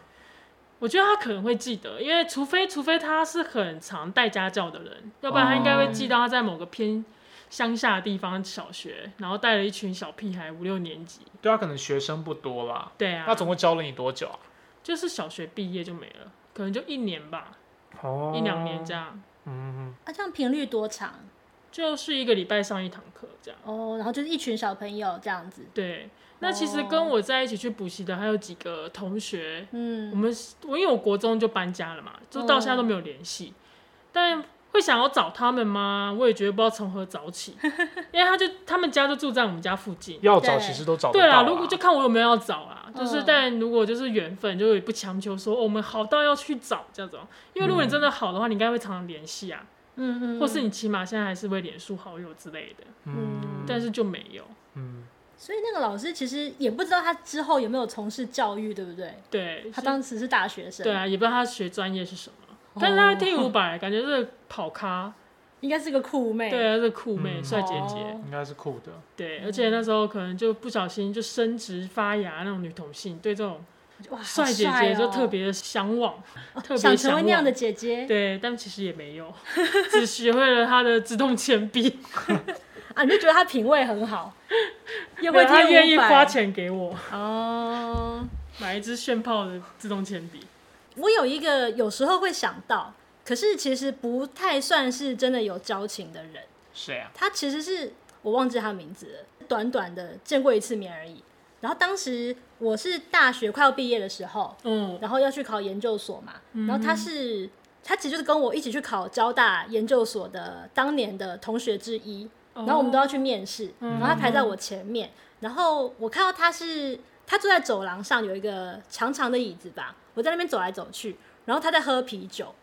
S4: 我觉得他可能会记得，因为除非除非他是很常带家教的人，要不然他应该会记到他在某个偏乡下的地方小学，然后带了一群小屁孩五六年级。
S3: 对啊，可能学生不多啦。
S4: 对啊，
S3: 那总共教了你多久啊？
S4: 就是小学毕业就没了，可能就一年吧，
S3: 哦
S4: 一两年这。样，
S3: 嗯，
S2: 啊，这样频率多长？
S4: 就是一个礼拜上一堂课这样。
S2: 哦，然后就是一群小朋友这样子。
S4: 对，那其
S3: 哦
S4: 实跟我在一起去补习的还有几个同学，我
S2: 嗯，
S4: 们我因为我国中就搬家了嘛，就到现在都没有联系，
S3: 哦
S4: 但会想要找他们吗？我也觉得不知道从何找起， *laughs* 因为他就他们家就住在我们家附近。
S3: 要找
S2: 对
S3: 其实都找得到
S4: 对啦，
S3: 啊。
S4: 如果就看我有没有要找啦，就是、
S2: 嗯
S4: 但如果就是缘分，就也不强求说、哦我们好到要去找这种，因为如果你真的好的话，你应该会常常联系啊，
S2: 嗯嗯，
S4: 或是你起码现在还是会脸书好友之类的，
S3: 嗯
S4: 但是就没有。
S3: 嗯，
S2: 所以那个老师其实也不知道他之后有没有从事教育，对不对？
S4: 对，
S2: 他
S4: 是
S2: 当时是大学生，
S4: 对，啊，也不知道他学专业是什么，
S2: 哦
S4: 但是他听伍佰，感觉是跑咖，
S2: 应该是个酷妹。
S4: 对，啊，是酷妹、
S3: 嗯
S4: 帅姐姐
S2: 哦，嗯
S3: 应该是酷的。
S4: 对，而且那时候可能就不小心就升职发芽那种女同性，对这种
S2: 哇，好
S4: 帅姐
S2: 帅
S4: 姐
S2: 哦
S4: 就特别的向往，特别
S2: 想成
S4: 向
S2: 为
S4: 往
S2: 那样的姐姐
S4: 对，但其实也没有， *laughs* 只学会了他的自动铅
S2: *laughs*
S4: 笔，
S2: 啊，你就觉得她品味很
S4: *laughs*
S2: 好，又会
S4: 对他
S2: 听
S4: 愿意
S2: 伍佰
S4: 花钱给我
S2: 哦。
S4: 买一支炫炮的自动铅笔。
S2: 我有一个有时候会想到，可是其实不太算是真的有交情的人，
S3: 谁啊？
S2: 他其实是我忘记他名字了，短短的见过一次面而已。然后当时我是大学快要毕业的时候，
S4: 嗯，
S2: 然后要去考研究所嘛，然后他是他其实就是跟我一起去考交大研究所的当年的同学之一，然后我们
S4: 哦
S2: 都要去面试，然后他排在我前面，然后我看到他是他坐在走廊上有一个长长的椅子吧，我在那边走来走去，然后他在喝啤酒，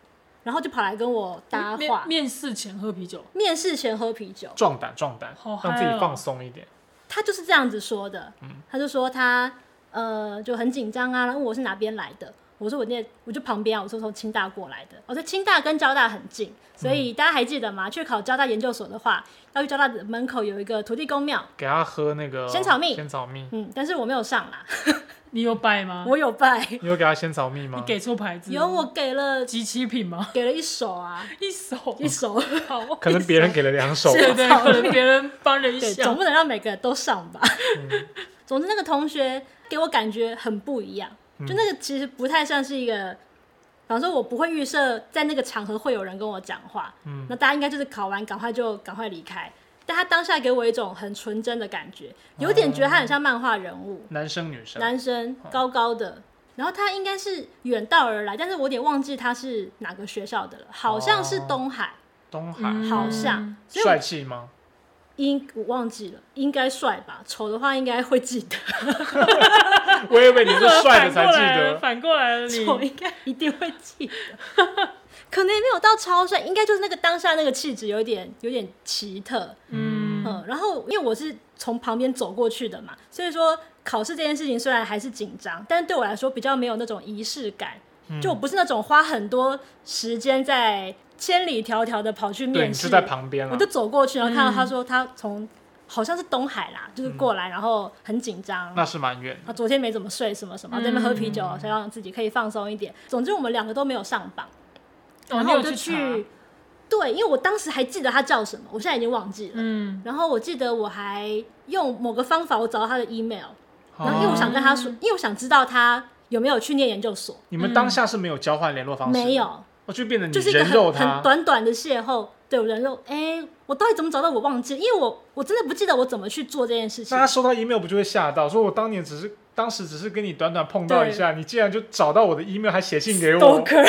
S2: 然后就跑来跟我搭
S4: 面
S2: 话。
S4: 面试前喝啤酒，
S2: 面试前喝啤酒，
S3: 壮胆壮胆
S4: 好，嗨
S3: 让自己
S4: 哦
S3: 放松一点。
S2: 他就是这样子说的。他就说他呃就很紧张啊，然后问我是哪边来的。我说我那我就旁边啊，我说从清大过来的。我说清大跟交大很近，所以大家还记得吗？去考交大研究所的话，要去交大的门口有一个土地公庙，
S3: 给他喝那个
S2: 仙草蜜
S3: 仙草蜜，
S2: 嗯，但是我没有上啦，
S4: 你有拜吗？
S2: 我有拜，
S3: 你有给他仙草蜜吗
S4: 你？给错牌子吗，
S2: 有我给了
S4: 集齐品吗？
S2: 给了一手啊，
S4: 一手
S2: 一手，
S4: 好，
S3: 可能别人给了两手吧，
S4: 对对，
S2: 草
S4: 可能别人帮 *laughs* 了一
S2: 对，
S4: 下
S2: 总，不能让每个人都上吧。 *laughs* 总之，那个同学给我感觉很不一样，就那个其实不太像是一个，比方说我不会预设在那个场合会有人跟我讲话，
S3: 嗯
S2: 那大家应该就是考完赶快就赶快离开。但他当下给我一种很纯真的感觉，有点觉得他很像漫画人物，
S3: *laughs* 男生女生，
S2: 男生高高的，然后他应该是远道而来，但是我有点忘记他是哪个学校的了，好像是
S3: 哦
S2: 东海，
S3: 东海，
S4: 嗯
S2: 好像，所以我
S3: 帅气吗？ *laughs*
S2: 应我忘记了，应该帅吧？丑的话应该会记
S3: *laughs*
S2: 得，
S3: 我以为你是帅的
S4: 反
S3: 才
S4: 过
S3: 记
S4: 来了，
S3: 得，
S4: 反过来了，
S2: 丑
S4: 你
S2: 应该一定会记得。 *laughs* 可能也没有到超帅，应该就是那个当下那个气质有一点有点奇特，
S4: 嗯，
S2: 嗯。然后因为我是从旁边走过去的嘛，所以说考试这件事情虽然还是紧张，但是对我来说比较没有那种仪式感，
S3: 嗯
S2: 就我不是那种花很多时间在千里迢迢的跑去
S3: 对，
S2: 面
S3: 你
S2: 试，
S3: 就在旁边啊嗯
S2: 我
S3: 了
S2: 就。走过去，然后看到他说他从好像是东海啦，就是过来，然后很紧张。
S3: 嗯那是蛮远
S2: 啊，
S3: 的，
S2: 昨天没怎么睡，什么什么，在那边喝啤酒，想让自己可以放松一点。总之，我们两个都没有上榜，
S4: 哦，
S2: 然
S4: 你
S2: 后我
S4: 有
S2: 就
S4: 去
S2: 去
S4: 查，，
S2: 对，因为我当时还记得他叫什么，我现在已经忘记了。
S4: 嗯，
S2: 然后我记得我还用某个方法，我找到他的 email，然后因为我
S3: 哦
S2: 想跟他说，因为我想知道他有没有去念研究所，
S3: 你们当下是没有交换联络方式，
S2: 没，有，
S3: 我就变成哦你
S2: 就是一个
S3: 人肉
S2: 很很
S3: 他，
S2: 短短的邂逅，对我人肉，哎、我到底怎么找到我忘记了，因为我我真的不记得我怎么去做这件事情
S3: 那他。收到 email 不就会吓到？说我当年只是当时只是跟你短短碰到一下，你竟然就找到我的 email，还写信给
S2: *laughs*
S3: 我，
S2: Stalker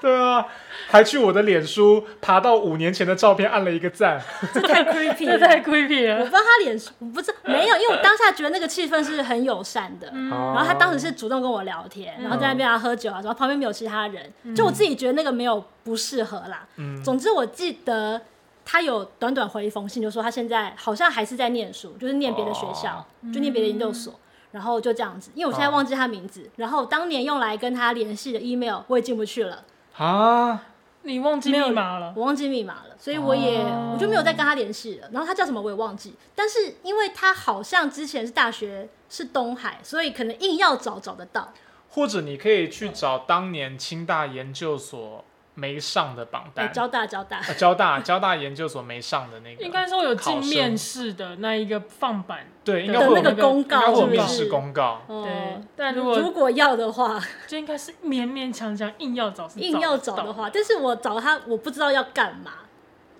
S3: 对啊，还去我的脸书爬到五年前的照片按了一个赞，
S2: 这太 creepy
S4: 这
S2: 了，
S4: 太 creepy
S2: 我不
S4: 了，
S2: 知道他脸，我不知没有，因为我当下觉得那个气氛是很友善的。
S3: 然
S2: 然后他当时是主动跟我聊天，然后在那边啊喝酒啊，然后旁边没有其他人，就我自己觉得那个没有不适合啦。
S3: 嗯
S2: 总之我记得他有短短回一封信，就说他现在好像还是在念书，就是念别的学校，就念别的研究所，然后就这样子。因为我现在忘记他名字，然后当年用来跟他联系的 email 我也进不去了，
S3: 啊，
S4: 你忘记
S2: 没有
S4: 密码了，哦
S2: 我忘记密码了，所以我也、我就没有再跟他联系了。然后他叫什么我也忘记，但是因为他好像之前是大学是东海，所以可能硬要找找得到。
S3: 或者你可以去找当年清大研究所没上的榜
S2: 哎、
S3: 单，
S2: 交大交大，
S3: 呃交大交大研究所没上的那个，
S4: 应该说有进
S3: 考生
S4: 面试的那一个放版，
S3: 对， *laughs* 应该
S2: 的
S3: 会有
S2: 那个
S4: 那个
S2: 公
S3: 应该
S2: 告是
S3: 会有
S2: 不
S3: 面
S2: 是
S3: 试？公告，
S2: 哦
S4: 对但如
S2: 如
S4: 果
S2: 果要的话，
S4: 就应该是勉勉强强硬要找，
S2: 硬要找的话，，但是我找他，我不知道要干嘛，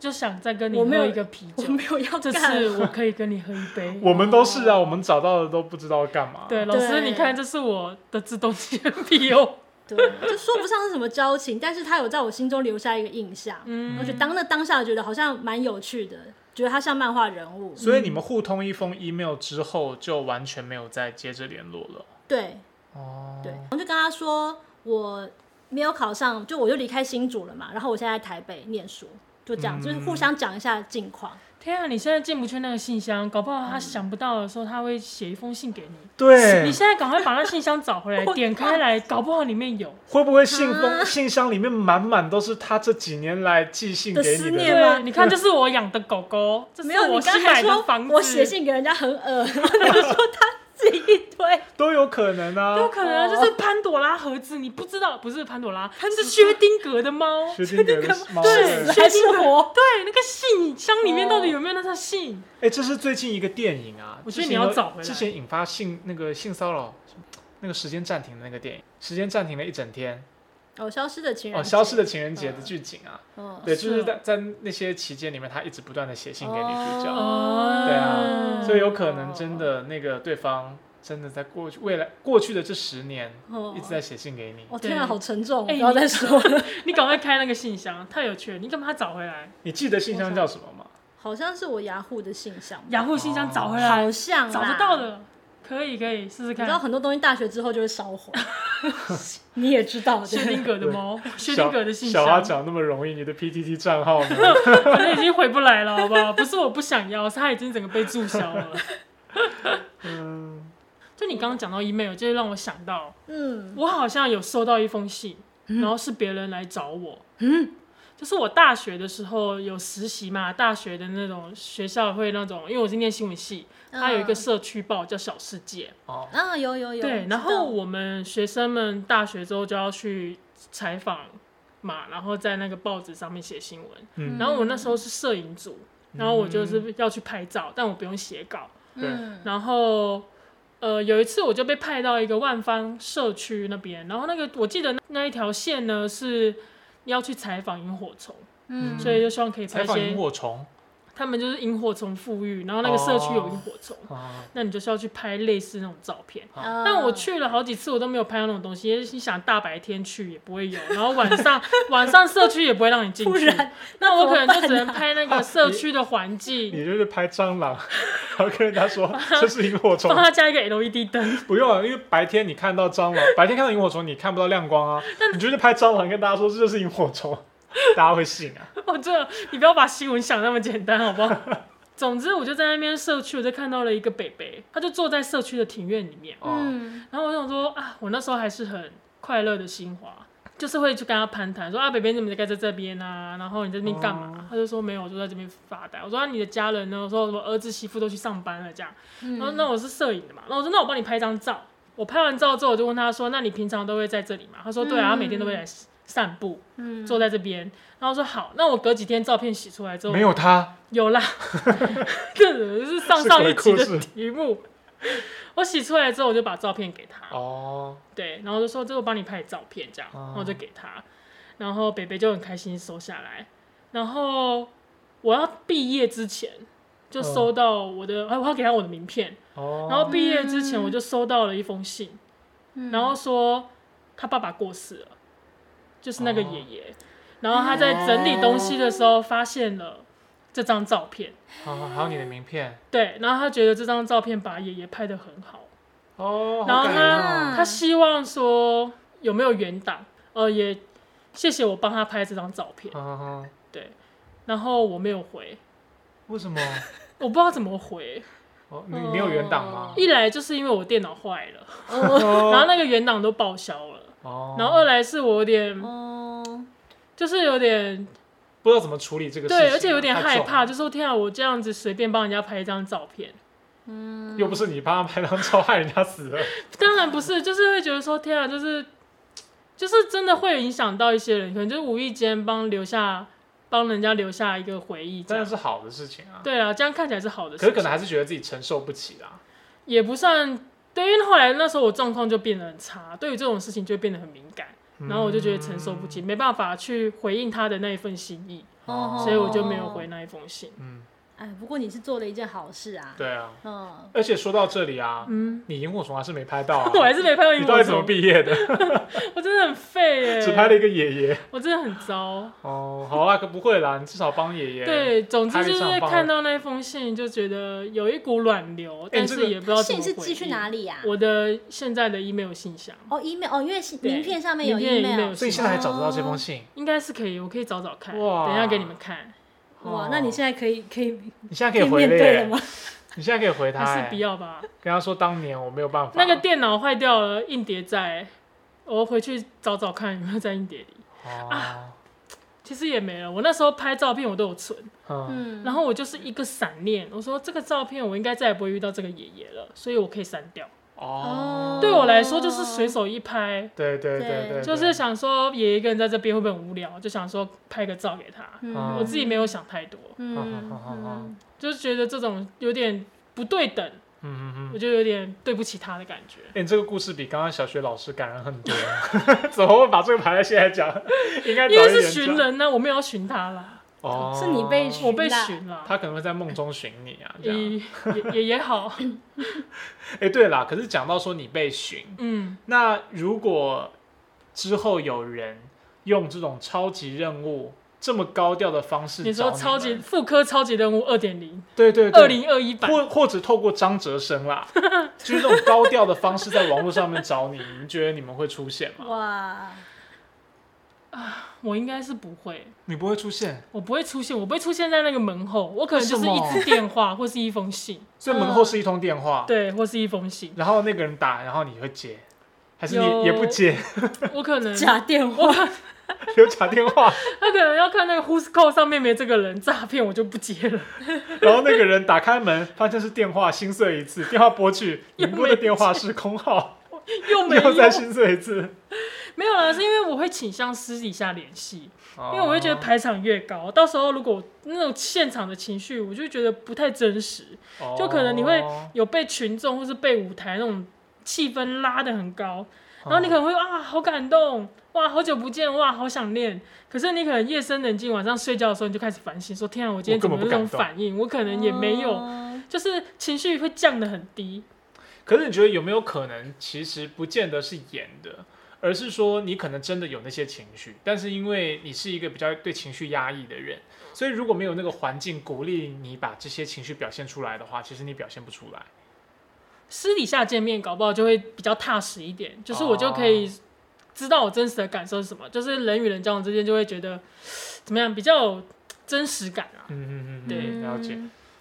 S4: 就想再跟你
S2: 我没有
S4: 喝一个啤
S2: 我
S4: 酒，
S2: 没有要
S4: 这
S2: 干
S4: 次
S2: 嘛。
S4: 我可以跟你喝一杯。
S3: 我们都是啊，我们找到的都不知道干嘛，
S4: 对，老师，
S2: 对
S4: 你看，这是我的自动铅笔
S2: *laughs*
S4: 哦。
S2: 对，就说不上是什么交情，但是他有在我心中留下一个印象，
S4: 嗯
S2: 而且当那当下觉得好像蛮有趣的，觉得他像漫画人物。
S3: 所以你们互通一封 email 之后，就完全没有再接着联络了。
S2: 对，
S3: 哦，
S2: 对，我就跟他说我没有考上，就我就离开新竹了嘛，然后我现在在台北念书，就这样，就是
S4: 嗯
S2: 互相讲一下近况。
S4: 天啊，你现在进不去那个信箱，搞不好他想不到的时候，他会写一封信给你。
S3: 对
S4: 你现在赶快把那信箱找回来
S2: *laughs* 我，
S4: 点开来，搞不好里面有。
S3: 会不会信
S2: 啊
S3: 封信箱里面满满都是他这几年来寄信给
S2: 的
S3: 你
S2: 思
S3: 的？
S2: 念吗
S4: 对，你看，这是我养的狗狗，这是
S2: 没有，你
S4: 我
S2: 刚
S4: 新
S2: 才
S4: 买的
S2: 说
S4: 房子。
S2: 我写信给人家很恶， *laughs* 然后你就说他自己一堆，
S3: 都有可能
S4: 有
S3: 啊。
S4: 可能啊
S2: 哦
S4: 就是潘朵拉盒子，你不知道，不是潘朵拉，是薛丁格的猫。
S3: 薛定谔的猫，
S2: 对
S3: 对
S2: 薛定谔，
S4: 对，那个信箱里面到底有没有那条信？
S2: 哦
S3: 哎，这是最近一个电影啊，
S4: 我觉得
S3: 之前
S4: 你要
S3: 有
S4: 找回来
S3: 之前引发性那个性骚扰，那个时间暂停的那个电影，时间暂停了一整天。
S2: 哦，消失的情人，
S3: 哦，消失的，情人节的剧情啊，
S2: 嗯，
S3: 对，就是是
S4: 哦
S3: 在在那些期间里面，他一直不断的写信给女主角，
S4: 哦
S3: 对啊所以有可能
S2: 哦
S3: 真的那个对方真的在过去未来过去的这十年
S2: 哦
S3: 一直在写信给你，
S2: 哦，天啊，
S4: 对
S2: 好沉重，不
S4: 哎
S2: 要再说了，
S4: 你赶快开那个信箱，太有趣了！你干嘛把它找回
S2: 哦
S4: 来？
S3: 你记得信箱叫什么吗？
S2: 好像是我雅虎的信箱，
S4: 雅虎信箱找回来，
S2: 好像啦啊
S4: 找不到，的，可以可以试试
S2: 你
S4: 看
S2: 知。道很多东西大学之后就会烧毁， *laughs* 你也知道
S4: 薛
S2: 的。
S4: 定谔的猫，薛定
S3: 小
S4: 谔的信
S3: 小花
S4: 箱，
S3: 讲那么容易，你的 PTT 账
S4: *laughs*
S3: 号呢？
S4: 可能已经回不来了，好不好？不是我不想要，是它已经整个被注销了。
S3: 嗯，
S4: 就你刚刚讲到 email，就是让我想到，
S2: 嗯
S4: 我好像有收到一封信，然后是别人来找我。嗯，就是我大学的时候有实习嘛，大学的那种学校会那种，因为我是念新闻系，它有一个
S2: 嗯
S4: 社区报叫《小世界》。
S3: 哦，
S2: 啊，有有有。
S4: 对，
S2: 知
S4: 然
S2: 道
S4: 后我们学生们大学之后就要去采访嘛，然后在那个报纸上面写新闻。
S3: 嗯
S4: 然后我那时候是摄影组，然后我就是要去拍照，但我不用写稿。
S2: 嗯
S4: 然后呃，有一次我就被派到一个万方社区那边，然后那个我记得那一条线呢是要去采访萤火虫，
S2: 嗯，
S4: 所以就希望可以拍
S3: 采
S4: 一
S3: 访萤
S4: 些
S3: 火虫
S4: 他们就是萤火虫富裕，然后那个社区有萤火虫，
S3: 啊，
S4: 那你就是要去拍类似那种照片。
S2: 啊
S4: 但我去了好几次，我都没有拍到那种东西。因为你想大白天去也不会有，然后晚
S2: *laughs*
S4: 上晚上社区也不会让你进
S2: 不
S4: 去，
S2: 然
S4: 那我可能就
S2: 怎么办啊
S4: 只能拍那个社区的环境，
S3: 你就是拍蟑螂， *laughs* 然后跟人家说这是萤火虫
S4: 帮，他加一个 LED 灯。
S3: 不用啊，因为白天你看到蟑螂， *laughs* 白天看到萤火虫你看不到亮光啊，你就是拍蟑螂跟大家说这是萤火虫， *laughs* 大家会信啊。
S4: *laughs* 我这哦你不要把新闻想那么简单，好不好？总之，我就在那边社区，我就看到了一个北北，他就坐在社区的庭院里面。
S3: 哦，
S2: 嗯
S4: 然后我想说啊，我那时候还是很快乐的心华，就是会去跟他攀谈，说啊，北北你怎么该在这边啊？然后你在这边干嘛？
S3: 哦
S4: 他就说没有，我就在这边发呆。我说、啊、你的家人呢？我说什么儿子媳妇都去上班了这样。
S3: 嗯
S4: 然后那我是摄影的嘛，然后我说那我帮你拍张照。我拍完照之后，我就问他说，那你平常都会在这里吗？他说对啊，他每天都会来散步，
S2: 嗯
S4: 坐在这边。然后我说好，那我隔几天照片洗出来之后，
S3: 没有他，*laughs*
S4: 有啦，这只是上上一集
S3: 是鬼
S4: 的
S3: 故事
S4: 题目。我洗出来之后，我就把照片给他。
S3: 哦，
S4: 对，然后就说这个我帮你拍照片这样，
S3: 哦
S4: 然后就给他，然后北北就很开心收下来，然后我要毕业之前就收到我的，啊我要给他我的名片，
S3: 哦，
S4: 然后毕业之前我就收到了一封信，然后说他爸爸过世了，就是那个爷爷，然后他在整理东西的时候发现了这张照片，
S3: 啊，还有你的名片，
S4: 对，然后他觉得这张照片把爷爷拍的很好，
S3: 哦，
S4: 然后
S3: 好感人
S2: 他
S3: 哦
S4: 他希望说有没有原档，呃，也谢谢我帮他拍这张照片，
S3: 嗯哼，
S4: 对，然后我没有回，
S3: 为什么？
S4: 我不知道怎么回，
S3: 哦，你没有原档
S4: *laughs*
S3: 吗？
S4: 一来就是因为我电脑坏了，然后
S3: 哦，
S4: 那个原档都报销了，
S3: 哦
S4: 然后二来是我有点
S2: 哦，
S4: 就是有点
S3: 不知道怎么处理这个事情啊，
S4: 对，而且有点
S3: 太
S4: 害
S3: 重
S4: 怕，
S3: 了
S4: 就说天啊，我这样子随便帮人家拍一张照片，嗯
S3: 又不是你帮他拍张照害人家死
S4: *laughs*
S3: 了，
S4: 当然不是，就是会觉得说天啊，就是就是真的会影响到一些人，可能就是无意间帮留下帮人家留下一个回忆这
S3: 当
S4: 样
S3: 然。是好的事情啊。
S4: 对啊，这样看起来是好的事
S3: 可是
S4: 情，
S3: 可能还是觉得自己承受不起啦。
S4: 也不算对，因为后来那时候我状况就变得很差，对于这种事情就变得很敏感，
S3: 嗯
S4: 然后我就觉得承受不起，没办法去回应他的那一份心意，
S2: 哦
S4: 所以我就没有回那一封信。 *laughs*
S3: 嗯，
S2: 哎，不过你是做了一件好事啊。
S3: 对啊。
S2: 嗯，
S3: 而且说到这里啊，
S4: 嗯，
S3: 你萤火虫还是没拍到啊
S4: *laughs* 我还是没拍到萤
S3: 你到
S4: 火
S3: 底怎么
S4: 虫，
S3: 毕业的？
S4: 我真的
S3: *laughs*
S4: 很废耶、
S3: 只拍了一个爷爷。
S4: 我真的很糟。
S3: 哦，好啊，可不会啦，你至少帮爷爷。哎，
S4: 对，总之
S3: 拍了
S4: 就
S3: 一张
S4: 是
S3: 放
S4: 看到那封信就觉得有一股软流，但
S3: 这个
S4: 是也不知道怎
S2: 信
S4: 么
S2: 是
S4: 回
S2: 寄去哪
S4: 应？
S2: 里啊呀？
S4: 我的现在的 email 信箱
S2: 哦，email 哦，因为信
S4: 对
S2: 名片上面有
S4: 名片有
S2: email
S4: email。
S3: 所以现在还找得到这封信？
S4: 应该是可啊以，我可以找找看，
S3: 哇
S4: 等一下给你们看。哦
S2: 哇，那你现在可以可以
S3: 你现在
S2: 可
S3: 可以回
S2: 面
S3: 了
S2: 对了
S3: 耶，
S2: 吗？
S3: 你现在可以回他
S4: 还是
S3: 哎，
S4: 不要吧。
S3: 跟他说当年我没有办法。
S4: 那个电脑坏掉了，硬碟在，我回去找找看有没有在硬碟里。啊
S3: 哦，
S4: 其实也没了，我那时候拍照片我都有存，
S3: 嗯，
S2: 嗯，
S4: 然后我就是一个闪念，我说这个照片我应该再也不会遇到这个爷爷了，所以我可以删掉。
S3: 哦，
S4: 对我来说就是随手一拍，
S3: 对对对
S2: 对
S3: 对，
S4: 就是想说爷爷一个人在这边会不会很无聊，就想说拍个照给他。
S3: 嗯
S4: 我自己没有想太多，
S2: 嗯
S3: 好好好好好
S2: 嗯
S4: 就是觉得这种有点不对等，
S3: 嗯嗯嗯
S4: 我。就有点对不起他的感觉。
S3: 哎、你这个故事比刚刚小学老师感人很多， *laughs* 怎么会把这个排在现在讲？应该早一
S4: 因为是
S3: 点
S4: 寻
S3: 讲
S4: 人呢、我没有要寻他啦，
S3: 哦，
S2: 是你被
S4: 我被
S2: 寻啦
S4: 寻了。
S3: 他可能会在梦中寻你啊，这
S4: 也
S3: 样。
S4: 也也也
S3: *laughs*
S4: 好，
S3: 哎、对啦，可是讲到说你被寻，
S4: 嗯，
S3: 那如果之后有人用这种超级任务这么高调的方式
S4: 你说
S3: 找
S4: 超级
S3: 们
S4: 妇科超级人物二点零，
S3: 对对对
S4: 二零二一版，
S3: 或或者透过张哲生
S4: *laughs*
S3: 啦，就是这种高调的方式在网络上面找你，你们觉得你们会出现吗？
S2: 哇， *laughs*
S4: 我应该是不会，
S3: *laughs* 你不会出现，
S4: 我不会出现，我不会出现在那个门后，我可能就
S3: 为
S4: 是
S3: 什
S4: 一
S3: 么 *laughs*
S4: 支电话或是一封信，
S3: 所以门后是一通电话，
S4: 呃对，或是一封信，
S3: 然后那个人打，然后你会接，还是你
S4: 有
S3: 也不接， *laughs*
S4: 我可能
S2: 假电话，
S3: 留假电话，
S4: 他可能要看那个 Who's Call 上面没这个人诈骗，我就不接了。
S3: *laughs* 然后那个人打开门，发现是电话，心碎一次，电话拨去，
S4: 又
S3: 您拨的电话是空号，
S4: 又没有
S3: 又再心碎一次，
S4: 没有啦，是因为我会倾向私底下联系，
S3: 哦
S4: 因为我会觉得排场越高，到时候如果那种现场的情绪，我就觉得不太真实，
S3: 哦，
S4: 就可能你会
S3: 哦
S4: 有被群众或是被舞台那种气氛拉得很高，然后你可能会啊好感动，哇好久不见，哇好想念，可是你可能夜深人静晚上睡觉的时候，你就开始反省说，天啊，我今天
S3: 我根
S4: 怎么
S3: 本
S4: 有这
S3: 不
S4: 种
S3: 感动
S4: 反应？我可能也没有，
S2: 哦
S4: 就是情绪会降得很低。
S3: 可是你觉得有没有可能，其实不见得是演的，而是说你可能真的有那些情绪，但是因为你是一个比较对情绪压抑的人，所以如果没有那个环境鼓励你把这些情绪表现出来的话，其实你表现不出来。
S4: 私底下见面，搞不好就会比较踏实一点，就是我就可以知道我真实的感受是什么，就是人与人交往之间就会觉得怎么样比较有真实感啊。
S3: 嗯嗯嗯，
S4: 对
S3: 嗯了解。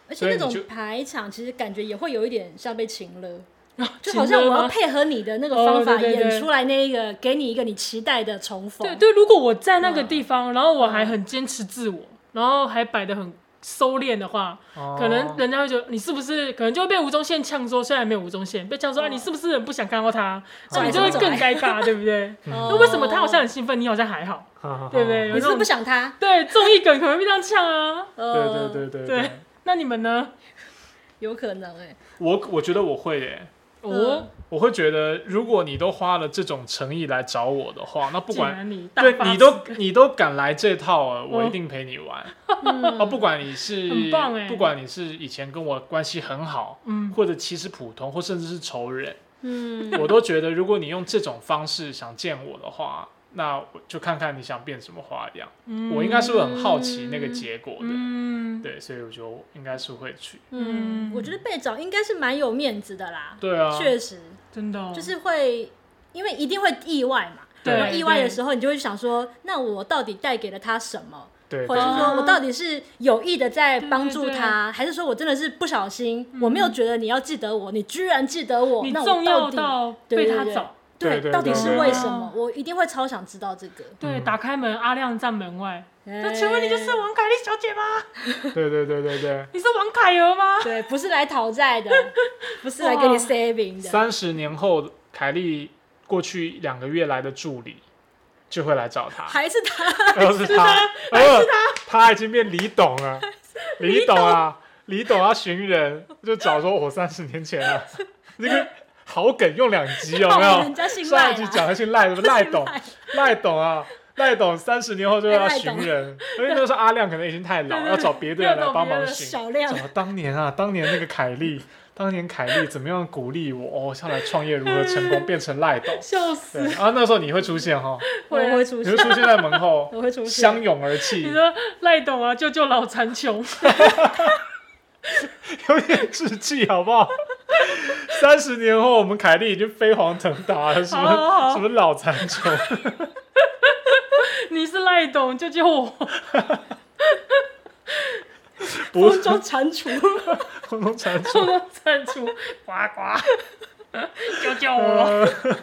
S2: 而
S3: 所以
S2: 且那
S3: 你就
S2: 种排场其实感觉也会有一点像被请了。 *laughs* 就
S4: 请
S2: 好像
S4: 了
S2: 我要
S4: 吗
S2: 配合你的那个
S4: 哦
S2: 方法
S4: 对对对
S2: 演出来那一个，给你一个你期待的重逢。
S4: 对对，如果我在
S2: 嗯
S4: 那个地方，然后我还很坚持自我，然后还摆得很收敛的话，
S3: 哦
S4: 可能人家会觉得你是不是，可能就会被吴宗宪呛说，虽然没有吴宗宪被呛说，啊
S2: 哦
S4: 你是不是很不想看到他？
S2: 走
S4: 那你
S2: 来
S4: 就会
S2: 走
S4: 更
S2: 来 *laughs*
S4: 尴尬，对不对？
S2: 哦，
S4: 那为什么他好像很兴奋，你好像还好？对不对？有
S2: 你是不
S4: 那
S2: 是
S4: 种
S2: 不想他？
S4: 对综艺梗可能会被这样呛啊。
S3: 对对
S2: 呃，
S3: 对对
S4: 对
S3: 对，
S4: 那你们呢？
S2: 有可能哎。
S3: 我我觉得我会耶。
S2: 呃
S4: 哦，
S3: 我会觉得，如果你都花了这种诚意来找我的话，那不
S4: 竟
S3: 管
S4: 然你大
S3: 对
S4: 发
S3: 你
S4: 慈
S3: 都你都敢来这套了，我
S4: 嗯
S3: 一定陪你玩。
S2: 嗯
S3: 哦，不管你是
S4: 很棒欸
S3: 不管你是以前跟我关系很好，
S4: 嗯，
S3: 或者其实普通，或甚至是仇人，
S2: 嗯，
S3: 我都觉得如果你用这种方式想见我的话，那我就看看你想变什么花样。
S4: 嗯
S3: 我应该是会很好奇那个结果的，
S4: 嗯，
S3: 对，所以我就应该是会去。
S2: 嗯，我觉得被找应该是蛮有面子的啦，
S3: 对啊，
S2: 确实，
S4: 真的哦
S2: 就是会，因为一定会意外嘛。
S3: 对
S2: 那意外的
S4: 对
S2: 时候，你就会想说，那我到底带给了他什么？
S3: 对
S2: 或者
S3: 对
S2: 是说我到底是有意的在帮助
S4: 对对嗯
S2: 他，还是说我真的是不小心？我没有觉得你要记得我，你居然记得我，
S4: 你
S2: 那
S4: 重
S2: 我到
S4: 要
S2: 底
S4: 到
S2: 对
S4: 被
S2: 对
S4: 他
S2: 对
S4: 找，
S3: 对对
S2: 对，到底
S3: 对
S2: 是
S3: 对
S2: 为
S4: 对
S2: 什么？我一定会超想知道这个。
S4: 对，
S3: 嗯
S4: 打开门，阿亮站门外。那
S2: 那
S4: 请问你就是王凯丽小姐吗？
S3: 嗯对对对对对。
S4: 你是王凯儿吗？
S2: 哎对，不是来讨
S4: *laughs*
S2: 债的，不是来给
S4: 哇
S2: 你 saving 的。
S3: 三十年后，凯莉过去两个月来的助理就会来找他。
S2: 还是他，
S3: 都是他，呃，他已经变李董了，李董啊，李董要寻人，就找说我三十年前啊，这个好梗用两集 *laughs* 哦有没
S2: 人
S3: 有？
S2: 家姓
S3: 上
S2: 赖
S3: 一集
S2: 啦
S3: 讲的是赖什么赖
S2: *laughs*
S3: 董，赖董啊，赖董三十年后就要
S2: 赖
S3: 寻
S2: 董
S3: 人，因为那时候阿亮可能已经太老，
S4: 对对
S3: 要找别的人
S4: 要
S3: 来
S4: 找
S3: 帮
S4: 别
S3: 忙
S4: 的
S3: 寻。
S2: 小亮 *laughs*
S3: 什，么当年啊，当年那个凯莉， *laughs* 当年凯莉怎么样鼓励我哦，下来创业如何成功，变成赖董。
S4: 笑
S3: 对，
S4: 死！
S3: 然后那时候你会出现哈，
S2: 我
S4: 啊
S2: 会出
S3: 你
S4: *laughs*
S2: 现
S3: 会，出现在门后，
S2: 我会出现
S3: 相。拥而泣
S4: 你，说赖董啊，救救老残穷，
S3: 有点志气，好不好？ *laughs* 三十年后，我们凯莉已经飞黄腾达了，什
S4: 好好
S3: 么
S4: 好
S3: 什么老残穷，
S4: *laughs* 你是赖董，救救我！ *laughs*
S3: 不
S2: 风
S3: *laughs*
S2: 中蟾蜍，
S3: 空中残
S4: 救
S3: 穷。
S4: 救残穷，呱呱， *laughs* 救救我！
S3: 呃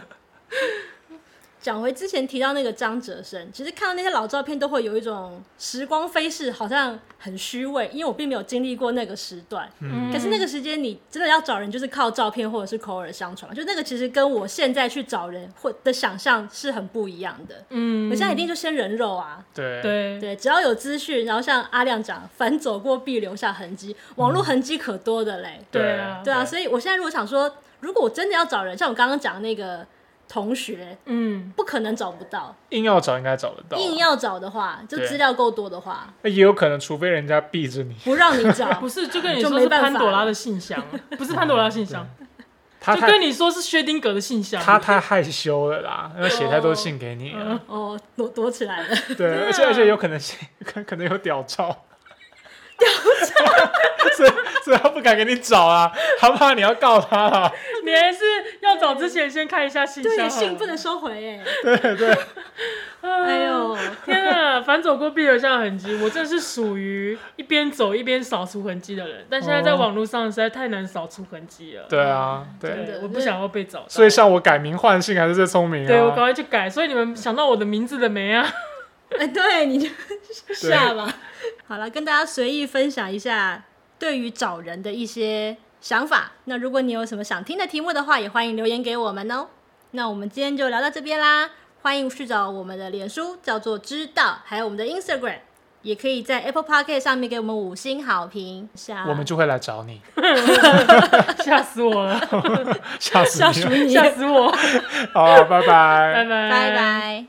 S2: 讲回之前提到那个张哲生，其实看到那些老照片都会有一种时光飞逝，好像很虚伪，因为我并没有经历过那个时段。
S4: 嗯
S2: 可是那个时间，你真的要找人，就是靠照片或者是口耳相传嘛，就那个其实跟我现在去找人或的想象是很不一样的。
S4: 嗯
S2: 我现在一定就先人肉啊，
S3: *laughs* 对，
S4: 对
S2: 对，只要有资讯，然后像阿亮讲，凡走过必留下痕迹，网络痕迹可多的嘞。
S4: 对啊
S2: 对啊，所以我现在如果想说，如果我真的要找人，像我刚刚讲的那个同学，
S4: 嗯，
S2: 不可能找不到。
S3: 硬要找应该找得到，
S2: 硬要找的话，就
S3: 对
S2: 资料够多的话，
S3: 那也有可能，除非人家避着你， *laughs*
S2: 不让你找
S4: 不。是，就跟你说
S2: 就是没办
S4: 潘
S2: 法嗯
S4: 朵拉的信箱，不是潘朵拉信箱，
S3: 他
S4: 就跟
S3: 太
S4: 你说是薛丁格的信箱。
S3: 他太害羞了啦，要写太多信给你了，
S2: 哦，躲躲起
S3: *laughs*
S2: 来了，
S3: 对，而且而且有可能写可可能有屌照。 *laughs* 屌照，所以所以他不敢给你找啊，他怕你要告他啊。
S4: 你还是要找之前先看一下信箱。
S2: 对，信不能。收回哎，
S4: 哎
S3: 嗯
S2: 哎
S4: 呦，
S2: 呦，
S4: 天啊！反走过必留下的痕迹，我真的是属于一边走一边扫除痕迹的人，但现在在网络上实在太难扫除痕迹了。
S3: 对啊，
S4: 对，
S3: 对，
S2: 的
S4: 我不想要被找到。
S3: 所以像我改名换姓还是最聪明啊。
S4: 对我赶快去改。所以你们想到我的名字了没啊？ *laughs*
S2: 哎，对，你就
S3: 对
S2: 下吧。好了，跟大家随意分享一下对于找人的一些想法。那如果你有什么想听的题目的话，也欢迎留言给我们哦。那我们今天就聊到这边啦，欢迎去找我们的脸书叫做“知道”，还有我们的 Instagram，也可以在 Apple p o c k e t 上面给我们五星好评。下
S3: 我们就会来找你，
S4: 吓死我 *laughs* 了！
S3: 吓死
S2: 吓死
S3: 你了！
S2: 你，
S4: 吓死我！
S3: 好，拜拜，
S4: 拜拜，
S2: 拜。拜。